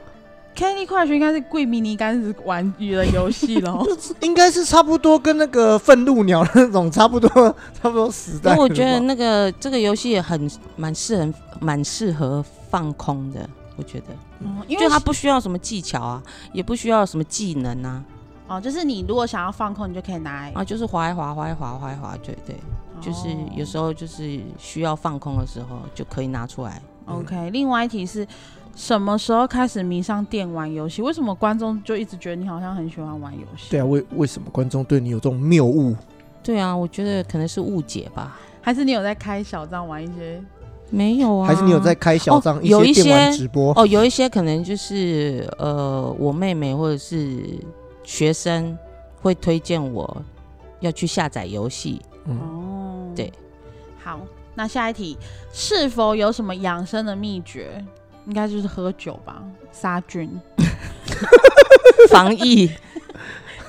Speaker 2: Candy Crush 应该是贵迷你，应该是玩娱乐游戏 喽。
Speaker 3: 哦
Speaker 1: 应该是差不多跟那个愤怒鸟那种差不多， 差不多时代
Speaker 3: 那
Speaker 1: 了吧。嗯
Speaker 3: 我觉得那个这个游戏也很蛮适合蛮适合放空的，我觉得，
Speaker 2: 哦因为
Speaker 3: 就它不需要什么技巧啊，也不需要什么技能啊，
Speaker 2: 哦，就是你如果想要放空，你就可以拿来，哦
Speaker 3: 啊，就是滑一滑，滑一滑，滑一滑，对对，就是
Speaker 1: 哦
Speaker 3: 有时
Speaker 2: 候。
Speaker 3: 候就是需要放空的时候就可以拿出来。
Speaker 2: OK，另外一题是什么时候开始迷上电玩游戏？为什么观众就一直觉得你好像很喜欢玩游戏？
Speaker 1: 对啊，为为什么观众对你有这种谬误？
Speaker 3: 对啊，我觉得可能是误解吧，
Speaker 2: 还是你有在开小账玩一些？
Speaker 3: 没有啊，
Speaker 1: 还是你有在开小张
Speaker 3: 哦有一些
Speaker 1: 电玩直播？
Speaker 3: 哦，有一些可能就是呃，我妹妹或者是学生会推荐我要去下载游戏，
Speaker 1: 嗯，
Speaker 2: 哦，
Speaker 3: 对。
Speaker 2: 好，那下一题是否有什么养生的秘诀？应该就是喝酒吧，杀菌。
Speaker 3: 防疫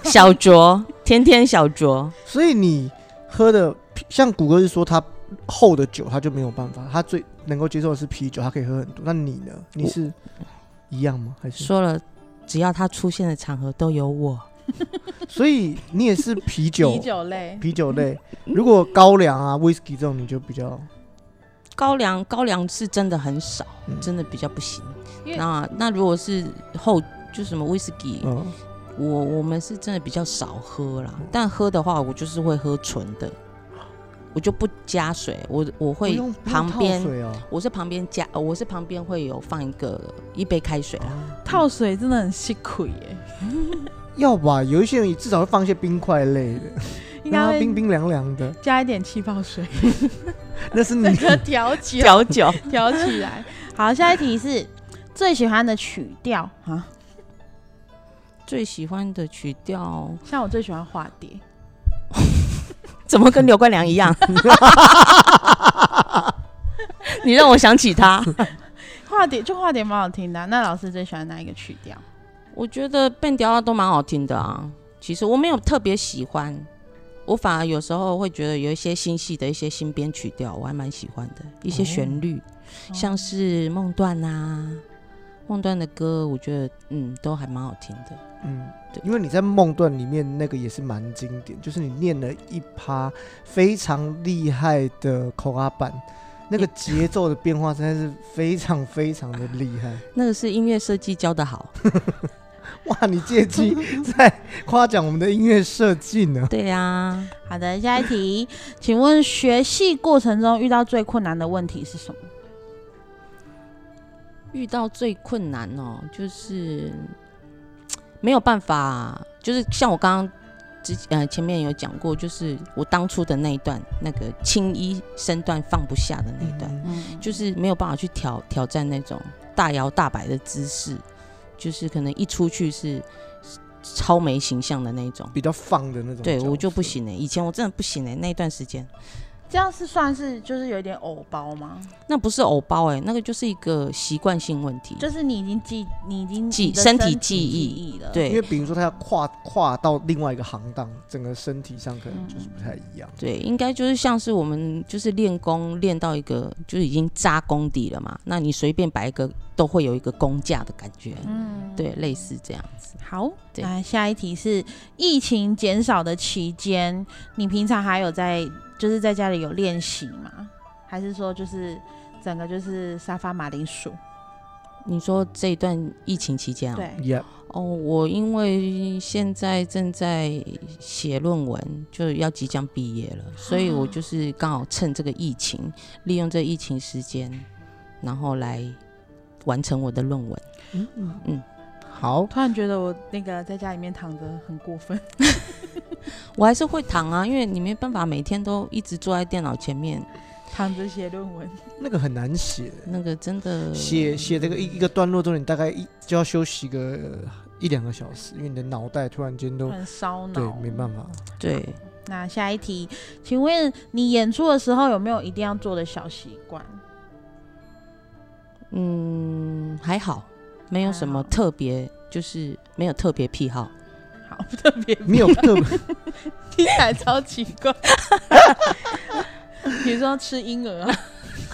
Speaker 3: 小酌，天天小酌，
Speaker 1: 所以你喝的像谷歌是说他厚的酒他就没有办法，他最能够接受的是啤酒，他可以喝很多。那你呢？你是一样吗？还是
Speaker 3: 说了只要他出现的场合都有我。
Speaker 1: 所以你也是啤酒
Speaker 5: 啤酒类，
Speaker 1: 啤酒类？
Speaker 3: 嗯
Speaker 1: 如果高粱啊、whisky 这种你就比较
Speaker 3: 高粱高粱是真的很少，
Speaker 1: 嗯
Speaker 3: 真的比较不行。
Speaker 5: 因为
Speaker 3: 那那如果是后就什么威士忌，
Speaker 1: 嗯，
Speaker 3: 我我们是真的比较少喝啦。但喝的话，我就是会喝纯的，我就不加水，我我
Speaker 1: 不
Speaker 3: 会
Speaker 1: 用不用
Speaker 3: 旁
Speaker 1: 泡
Speaker 3: 边
Speaker 1: 水哦。
Speaker 3: 我是旁边加，呃我是旁边会有放一个一杯开水啦。
Speaker 2: 套水真的很辛苦耶，
Speaker 1: 要吧，有一些人至少会放一些冰块类的，
Speaker 2: 应
Speaker 1: 让
Speaker 2: 该
Speaker 1: 它冰
Speaker 2: 会
Speaker 1: 冰凉凉的。
Speaker 2: 加一点气泡水，
Speaker 1: 那是 你
Speaker 2: 整个调酒
Speaker 3: 调酒，
Speaker 2: 调起来。好，下一题是最喜欢的曲调啊，
Speaker 3: 最喜欢的曲调
Speaker 2: 像我最喜欢化蝶。
Speaker 3: 怎么跟刘冠良一样？ 你让我想起他。
Speaker 2: 化蝶就化蝶蛮好听的啊、那老师最喜欢哪一个曲调？
Speaker 3: 我觉得笨雕啊都蛮好听的啊。其实我没有特别喜欢，我反而有时候会觉得有一些新戏的一些新编曲调，我还蛮喜欢的。一些旋律，像是梦断啊，梦断的歌，我觉得嗯都还蛮好听的。
Speaker 1: 嗯
Speaker 3: 对，
Speaker 1: 因为你在梦断里面那个也是蛮经典，就是你念了一趴非常厉害的口阿板，那个节奏的变化实在是非常非常的厉害。
Speaker 3: 那个是音乐设计教的好，
Speaker 1: 哇，你借机在夸奖我们的音乐设计呢？
Speaker 3: 对啊呀、
Speaker 2: 好的，下一题，请问学戏过程中遇到最困难的问题是什么？
Speaker 3: 遇到最困难哦，就是嘖没有办法，就是像我刚刚之呃前面有讲过，就是我当初的那一段那个青衣身段放不下的那一段，
Speaker 1: 嗯
Speaker 2: 嗯，
Speaker 3: 就是没有办法去挑挑战那种大摇大摆的姿势，就是可能一出去是超没形象的那种。
Speaker 1: 比较放的那种。
Speaker 3: 对我就不。行哎、以前我真的不行哎、那一段时间
Speaker 2: 这样是算是就是有一点偶包吗？
Speaker 3: 那不是偶包哎、那个就是一个习惯性问题。
Speaker 2: 就是你已经记，你已经
Speaker 3: 记
Speaker 2: 你的
Speaker 3: 身
Speaker 2: 身
Speaker 3: 体
Speaker 2: 体
Speaker 3: 记忆
Speaker 2: 忆了，，
Speaker 1: 因为
Speaker 3: 对
Speaker 1: 比如说他要跨跨到另外一个行当，整个身体上可能就是不太一样。
Speaker 3: 对，应该就是像是我们就是练功练到一个就是已经扎功底了嘛，那你随便摆一个都会有一个功架的感觉。
Speaker 2: 嗯，
Speaker 3: 对，类似这样子。
Speaker 2: 好，
Speaker 3: 对
Speaker 2: 那下一题是疫情减少的期间，你平常还有在就是在家里有练习吗？还是说就是整个就是沙发马铃薯？
Speaker 3: 你说这一段疫情期间啊，
Speaker 2: 对，
Speaker 1: 也
Speaker 3: 哦，我因为现在正在写论文，就要即将毕业了，所以我
Speaker 2: 啊
Speaker 3: 就是刚好趁这个疫情，利用这疫情时间，然后来完成我的论文。
Speaker 1: 好，
Speaker 2: 突然觉得我那个在家里面躺着很过分，
Speaker 3: 我还是会躺啊，因为你没办法每天都一直坐在电脑前面，
Speaker 2: 躺着写论文，
Speaker 1: 那个很难写，
Speaker 3: 那个真的
Speaker 1: 写写这个一一个段落之后，你大概一就要休息个一两个小时，因为你的脑袋突然间都
Speaker 2: 很烧
Speaker 1: 对
Speaker 2: 脑，
Speaker 1: 没办 法。
Speaker 3: 对。
Speaker 2: 那下一题，请问你演出的时候有没有一定要做的小习惯？
Speaker 3: 嗯，还好，没有什么
Speaker 2: 还好
Speaker 3: 特别，就是没有特别癖好。
Speaker 2: 好，特别
Speaker 1: 没有特别
Speaker 2: 听起来超奇怪。比如说吃婴儿、啊，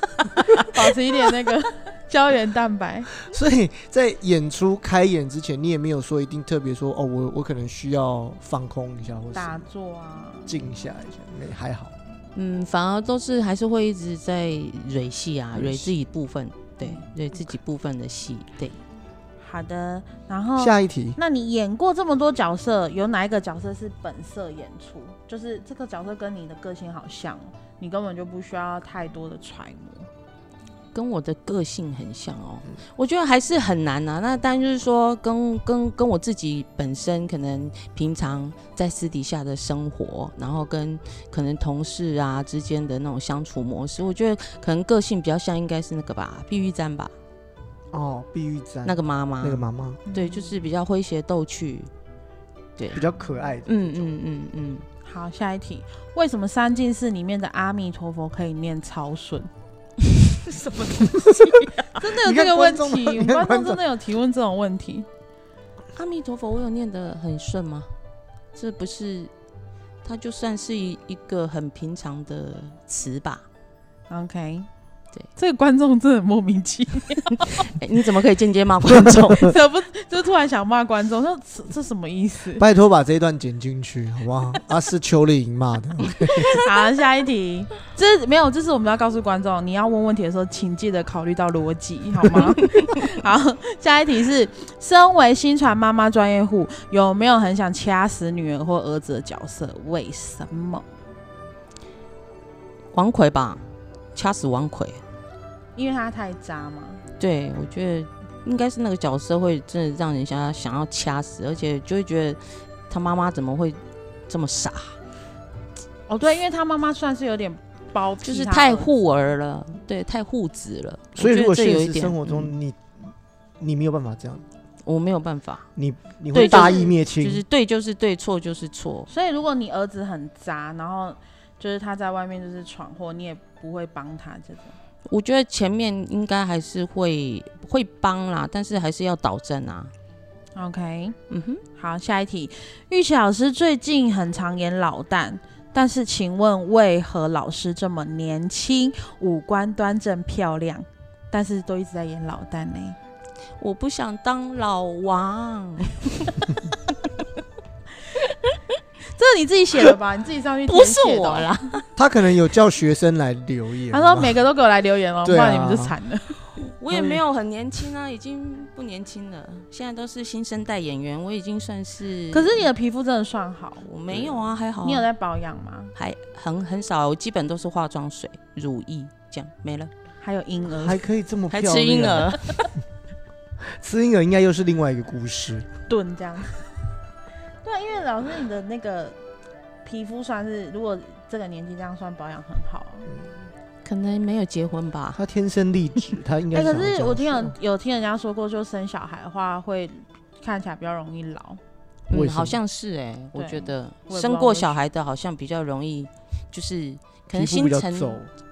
Speaker 2: 保持一点那个胶原蛋白。
Speaker 1: 所以在演出开演之前，你也没有说一定特别说哦，我我可能需要放空一下，或
Speaker 2: 打
Speaker 1: 是
Speaker 2: 坐啊，
Speaker 1: 静下一下，没还好。
Speaker 3: 嗯，反而都是还是会一直在蕊戏啊，
Speaker 1: 蕊
Speaker 3: 蕊
Speaker 1: 戏
Speaker 3: 自己部分，对，蕊自己部分的戏，对。
Speaker 2: 好的，然
Speaker 3: 哦
Speaker 2: 后
Speaker 1: 下一题，
Speaker 2: 那你演过这么多角色，有哪一个角色是本色演出？就是这个角色跟你的个性好像哦，你根本就不需要太多的揣摩。
Speaker 3: 跟我的个性很像哦，
Speaker 1: 嗯
Speaker 3: 我觉得还是很难啊。那当然就是说跟，跟跟我自己本身可能平常在私底下的生活，然后跟可能同事啊之间的那种相处模式，我觉得可能个性比较像，应该是那个吧，碧玉簪吧，
Speaker 1: 哦，碧玉簪
Speaker 3: 那个妈妈，
Speaker 1: 那个妈妈
Speaker 3: 对，就是比较诙谐逗趣，对，
Speaker 1: 比较可爱的，
Speaker 3: 嗯嗯嗯嗯，
Speaker 2: 好，下一题，为什么三进寺里面的阿弥陀佛可以念超顺？ 什么东西、啊 真的有
Speaker 1: 你看
Speaker 2: 这个问
Speaker 1: 观众
Speaker 2: 题？
Speaker 1: 你看
Speaker 2: 观
Speaker 1: 观
Speaker 2: 众
Speaker 1: 众
Speaker 2: 真的有提问这种问题？
Speaker 3: 阿弥陀佛，我有念得很顺吗？这不是，它就算是一一个很平常的词吧。
Speaker 2: OK，
Speaker 3: 对，
Speaker 2: 这个观众真的很莫名其妙，
Speaker 3: 哎，你怎么可以间接骂观众？
Speaker 2: 这 不就突然想骂观众，说这这什么意思？
Speaker 1: 拜托把这一段剪进去好不好？ 啊，是邱丽颖骂的，
Speaker 2: 好，下一题，这没有，这是我们要告诉观众，你要问问题的时候，请记得考虑到逻辑，好 吗？好，下一题是，身为新传妈妈专业户，有没有很想掐死女儿或儿子的角色？为什么？
Speaker 3: 王奎吧， 掐死王奎。
Speaker 2: 因为他太渣嘛。
Speaker 3: 对，我觉得应该是那个角色会真的让人想要想要掐死，而且就会觉得他妈妈怎么会这么傻，
Speaker 2: 哦，对，因为他妈妈算是有点包庇他
Speaker 3: 就
Speaker 2: 儿子，
Speaker 3: 是太护儿了，对，太护子了。
Speaker 1: 所以如果
Speaker 3: 我觉得这有
Speaker 1: 现
Speaker 3: 一
Speaker 1: 实
Speaker 3: 点
Speaker 1: 生活
Speaker 3: 嗯
Speaker 1: 中你你没有办法这样，
Speaker 3: 我没有办法，
Speaker 1: 你你
Speaker 3: 对
Speaker 1: 会
Speaker 3: 就是
Speaker 1: 大义灭
Speaker 3: 就
Speaker 1: 亲
Speaker 3: 是，对就是对，错就是错。
Speaker 2: 所以如果你儿子很渣，然后就是他在外面就是闯祸，你也不会帮他这种。
Speaker 3: 我觉得前面应该还是会会帮啦，但是还是要导正啊。
Speaker 2: OK，
Speaker 3: 嗯哼，
Speaker 2: 好，下一题，玉琪老师最近很常演老旦，但是请问为何老师这么年轻，五官端正漂亮，但是都一直在演老旦呢？
Speaker 3: 我不想当老王，
Speaker 2: 这个你自己 写的吧？你自己上去
Speaker 3: 不
Speaker 2: 填
Speaker 3: 是
Speaker 2: 写的
Speaker 3: 我
Speaker 2: 哦。
Speaker 3: 啦。
Speaker 1: 他可能有叫学生来留言。
Speaker 2: 他
Speaker 1: 好
Speaker 2: 说
Speaker 1: 不好
Speaker 2: 每个都给我来留言哦，不
Speaker 1: 对啊
Speaker 2: 然你们就惨了。
Speaker 3: 我也没有很年轻啊，已经不年轻了，现在都是新生代演员，我已经算是。
Speaker 2: 可是你 的皮肤真的算好，
Speaker 3: 我没有啊，还好啊。
Speaker 2: 你有在保养吗？
Speaker 3: 还很很少，啊我基本都是化妆水、乳液这样没了，
Speaker 2: 还有婴儿，
Speaker 1: 还可以这么漂
Speaker 3: 还
Speaker 1: 亮，啊
Speaker 3: 吃婴儿，，
Speaker 1: 吃婴儿应该又是另外一个故事。
Speaker 2: 钝这样。对，啊因为老师你的那个皮肤算是，如果这个年纪这样算保养很好啊、
Speaker 3: 可能没有结婚吧。
Speaker 1: 他天生丽质，他应该
Speaker 2: 哎、
Speaker 1: 想
Speaker 2: 可
Speaker 1: 要这样说。
Speaker 2: 是我听人有听人家说过，就生小孩的话会看起来比较容易老。
Speaker 1: 为什
Speaker 3: 嗯，
Speaker 1: 么
Speaker 3: 好像是哎、我觉得
Speaker 2: 我也不知道
Speaker 3: 生过小孩的好像比较容易，就是可
Speaker 1: 皮肤
Speaker 3: 能新
Speaker 1: 比较
Speaker 3: 陈
Speaker 1: 皱，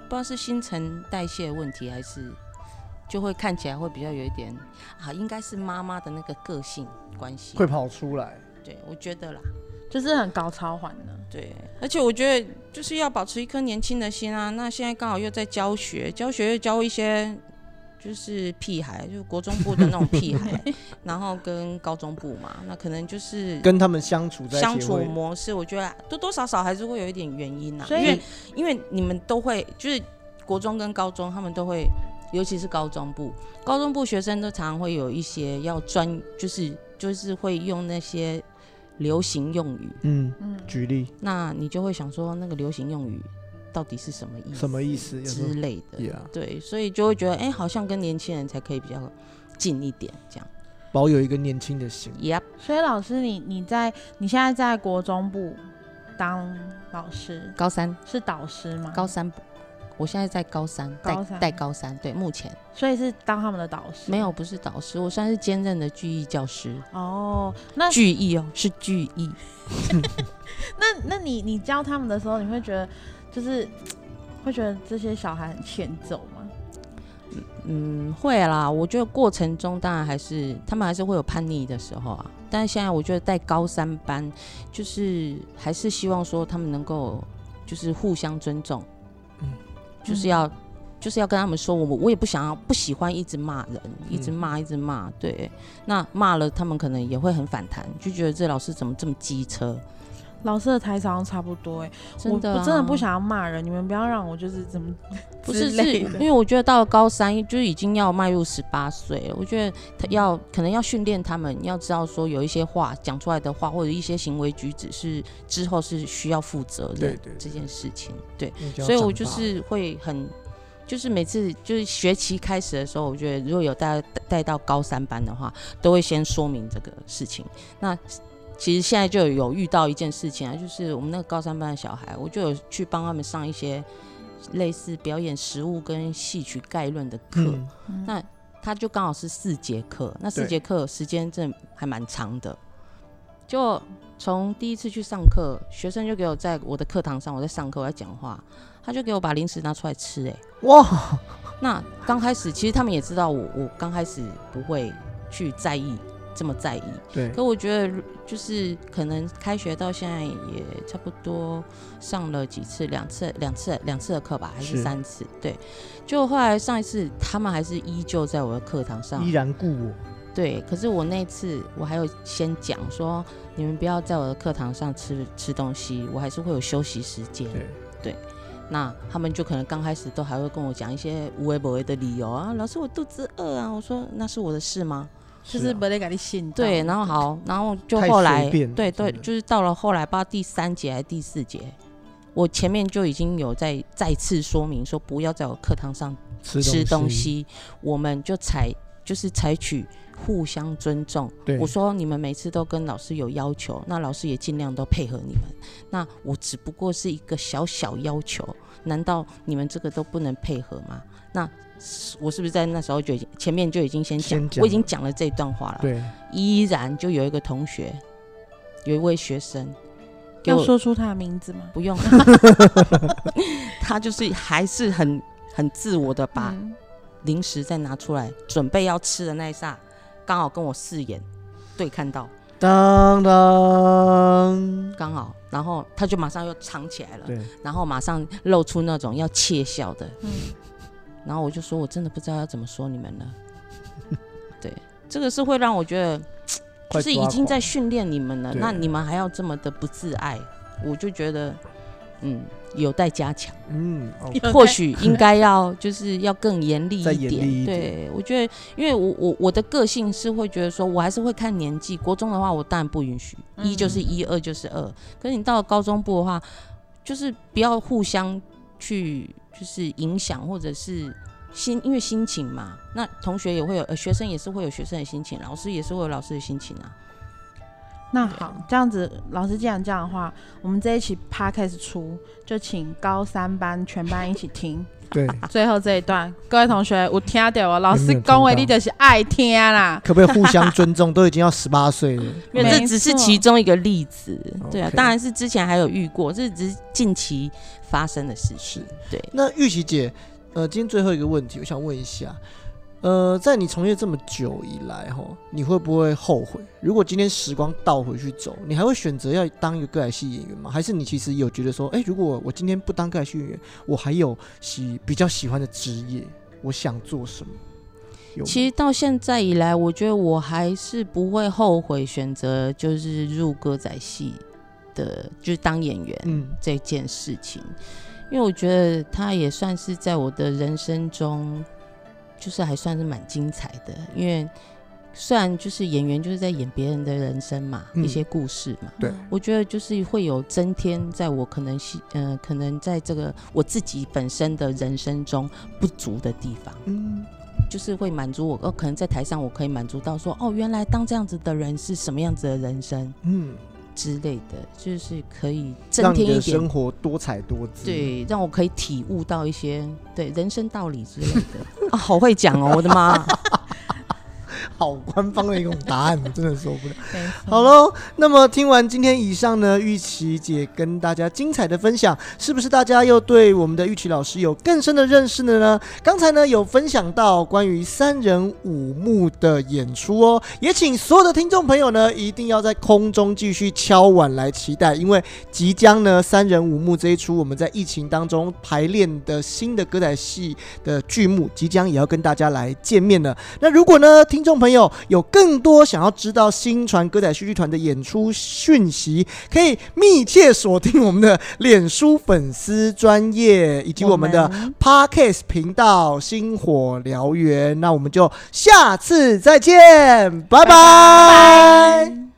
Speaker 3: 不知道是新陈代谢问题还是就会看起来会比较有一点啊，应该是妈妈的那个个性关系。
Speaker 1: 会跑出来。
Speaker 3: 对，我觉得啦，
Speaker 2: 就是很高超环的，
Speaker 3: 对，而且我觉得就是要保持一颗年轻的心啊。那现在刚好又在教学，教学又教一些就是屁孩，就是国中部的那种屁 孩，然后跟高中部嘛，那可能就是
Speaker 1: 跟他们相处在一起
Speaker 3: 相处
Speaker 1: 会
Speaker 3: 模式，我觉得多多少少还是会有一点原因呐、
Speaker 2: 所
Speaker 3: 因为
Speaker 2: 以
Speaker 3: 因为你们都会就是国中跟高中，他们都会，尤其是高中部，高中部学生都常常会有一些要专，就是就是会用那些流行用语，
Speaker 1: 嗯，
Speaker 2: 嗯，
Speaker 1: 举例
Speaker 3: 那你就会想说那个流行用语到底是什么意思
Speaker 1: 什么意思？有时候
Speaker 3: 之类的，
Speaker 1: Yeah，嗯
Speaker 3: 对，所以就会觉得哎、好像跟年轻人才可以比较近一点这样。
Speaker 1: 保有一个年轻的心。
Speaker 3: Yep，
Speaker 2: 所以老师你你在你现在在国中部当老师
Speaker 3: 高三
Speaker 2: 是导师吗？
Speaker 3: 高三不，我现在在高三，带
Speaker 2: 高三
Speaker 3: 带高三，对，目前
Speaker 2: 所以是当他们的导师
Speaker 3: 没有不是导师，我算是兼任的剧艺教师，
Speaker 2: 哦。那
Speaker 3: 剧艺哦，是剧艺，
Speaker 2: 那那你你教他们的时候，你会觉得就是会觉得这些小孩很欠揍吗？
Speaker 3: 嗯，会啦，我觉得过程中当然还是他们还是会有叛逆的时候啊，但是现在我觉得带高三班，就是还是希望说他们能够就是互相尊重，
Speaker 1: 嗯
Speaker 3: 就是要。就是要跟他们说，我我也不想要不喜欢一直骂人，一直
Speaker 1: 嗯
Speaker 3: 骂，一直骂。对，那骂了他们可能也会很反弹，就觉得这老师怎么这么机车？
Speaker 2: 老师的台词好像差不多哎、我
Speaker 3: 真的、啊，
Speaker 2: 我真的不想要骂人，你们不要让我就是怎么
Speaker 3: 不
Speaker 2: 之
Speaker 3: 是是，
Speaker 2: 类
Speaker 3: 因
Speaker 2: 的
Speaker 3: 为我觉得到了高三就已经要迈入十八岁了，我觉得他要可能要训练他们，要知道说有一些话讲出来的话或者一些行为举止是之后是需要负责
Speaker 1: 对
Speaker 3: 任
Speaker 1: 对对
Speaker 3: 这件事情。对，
Speaker 1: 你就要
Speaker 3: 所以我
Speaker 1: 长
Speaker 3: 就
Speaker 1: 大
Speaker 3: 是会很，就是每次就是学期开始的时候，我觉得如果有带带到高三班的话，都会先说明这个事情。那其实现在就有遇到一件事情啊，就是我们那个高三班的小孩，我就有去帮他们上一些类似表演实物跟戏曲概论的课。
Speaker 1: 嗯
Speaker 2: 嗯
Speaker 3: 那他就刚好是四节课，那四
Speaker 1: 对
Speaker 3: 节课时间真的还蛮长的。就从第一次去上课，学生就给我在我的课堂上，我在上课我在讲话，他就给我把零食拿出来吃、欸。
Speaker 1: 哇，
Speaker 3: 那刚开始其实他们也知道我，我刚开始不会去在意这么在意，
Speaker 1: 对，
Speaker 3: 可我觉得如就是可能开学到现在也差不多上了几次，两次、两次、两次的课吧，还
Speaker 1: 是
Speaker 3: 是三次？对，就后来上一次他们还是依旧在我的课堂上
Speaker 1: 依，然故我，
Speaker 3: 对。可是我那次我还有先讲说，你们不要在我的课堂上吃吃东西，我还是会有休息时间。
Speaker 1: 对，
Speaker 3: 那他们就可能刚开始都还会跟我讲一些无为不为的理由啊，老师我肚子饿啊，我说那是我的事吗？
Speaker 2: 就是
Speaker 1: 啊
Speaker 2: 不得给你信到
Speaker 3: 对，然后好，然后就
Speaker 1: 太
Speaker 3: 后
Speaker 1: 随
Speaker 3: 来，
Speaker 1: 便了
Speaker 3: 对对，
Speaker 1: 真的
Speaker 3: 就是到了后来，不知道第三节还是第四节，我前面就已经有在再次说明说，不要在我课堂上
Speaker 1: 吃
Speaker 3: 吃东
Speaker 1: 西，
Speaker 3: 西，我们就采就是采取互相尊重。
Speaker 1: 对，
Speaker 3: 我说你们每次都跟老师有要求，那老师也尽量都配合你们。那我只不过是一个小小要求，难道你们这个都不能配合吗？那是我是不是在那时候就已经前面就已经先讲，
Speaker 1: 先讲
Speaker 3: 我已经
Speaker 1: 了
Speaker 3: 讲了这段话了，
Speaker 1: 对，
Speaker 3: 依然就有一个同学，有一位学生给
Speaker 2: 要
Speaker 3: 我
Speaker 2: 说出他的名字吗？
Speaker 3: 不用， 他就是还是很很自我的把
Speaker 1: 啊
Speaker 2: 嗯
Speaker 3: 零食再拿出来，准备要吃的那一刹，刚好跟我四眼对看到。
Speaker 1: 当当，
Speaker 3: 刚好，然后他就马上又藏起来了，
Speaker 1: 对，
Speaker 3: 然后马上露出那种要窃笑的，
Speaker 2: 嗯
Speaker 3: 然后我就说我真的不知道要怎么说你们了。 对，这个是会让我觉得
Speaker 1: 快
Speaker 3: 就是已
Speaker 1: 抓狂
Speaker 3: 经在训练你们了，
Speaker 1: 对
Speaker 3: 那你们还要这么的不自爱，我就觉得嗯有待加强，
Speaker 1: 嗯，哦
Speaker 3: 或许应该要就是要更严厉
Speaker 1: 再
Speaker 3: 一
Speaker 1: 严
Speaker 3: 点。
Speaker 1: 厉一
Speaker 3: 对，我觉得因为我我我的个性是会觉得说我还是会看年纪，国中的话我当然不允许，
Speaker 2: 嗯
Speaker 3: 一就是一，二就是二。可是你到了高中部的话，就是不要互相去就是影响，或者是心因为心情嘛，那同学也会有，呃，学生也是会有学生的心情，老师也是会有老师的心情啊。
Speaker 2: 那好，这样子，老师既然这样的话，我们这一期 podcast 出，就请高三班全班一起听，
Speaker 1: 对，
Speaker 2: 最后这一段，各位同学有听到我老
Speaker 1: 有没
Speaker 2: 师
Speaker 1: 有听
Speaker 2: 恭维
Speaker 1: 到
Speaker 2: 你就是爱听啦。
Speaker 1: 可不可以互相尊重？都已经要十八岁了，
Speaker 3: 没有，
Speaker 2: 没
Speaker 3: 这只是
Speaker 2: 错
Speaker 3: 其中一个例子，对啊
Speaker 1: OK
Speaker 3: 当然是之前还有遇过，这只是近期发生的事情。对，
Speaker 1: 那玉琪姐，呃，今天最后一个问题，我想问一下，呃，在你从业这么久以来，哈，你会不会后悔？如果今天时光倒回去走，你还会选择要当一个歌仔戏演员吗？还是你其实有觉得说，哎、如果我今天不当歌仔戏演员，我还有喜比较喜欢的职业，我想做什么？有吗
Speaker 3: 其实到现在以来，我觉得我还是不会后悔选择就是入歌仔戏的，就是当演员、
Speaker 1: 嗯，
Speaker 3: 这件事情，因为我觉得它也算是在我的人生中，就是还算是蛮精彩的，因为。虽然就是演员就是在演别人的人生嘛，
Speaker 1: 嗯
Speaker 3: 一些故事嘛，
Speaker 1: 对
Speaker 2: 嗯
Speaker 3: 我觉得就是会有增添，在我可能是呃，可能在这个我自己本身的人生中不足的地方，
Speaker 1: 嗯，
Speaker 3: 就是会满足我。呃，可能在台上我可以满足到说，哦，原来当这样子的人是什么样子的人生
Speaker 1: 嗯，
Speaker 3: 之类的，就是可以增
Speaker 1: 让你
Speaker 3: 添一
Speaker 1: 的
Speaker 3: 点
Speaker 1: 生，活多彩多姿。，
Speaker 3: 对，让我可以体悟到一些对人生道理之类的。啊，好会讲 哦，我的妈！
Speaker 1: 好官方的一种答案，我真的受不了。
Speaker 2: 没错
Speaker 1: 好喽，那么听完今天以上呢，玉琪姐跟大家精彩的分享，是不是大家又对我们的玉琪老师有更深的认识了呢？刚才呢有分享到关于三人五幕的演出哦，也请所有的听众朋友呢一定要在空中继续敲碗来期待，因为即将呢三人五幕这一出我们在疫情当中排练的新的歌仔戏的剧目，即将也要跟大家来见面了。那如果呢，听众朋友有更多想要知道新传歌仔戏剧团的演出讯息，可以密切锁定我们的脸书粉丝专业以及我们的 Podcast 频道“星火燎原”。那我们就下次再见，拜拜。
Speaker 2: 拜拜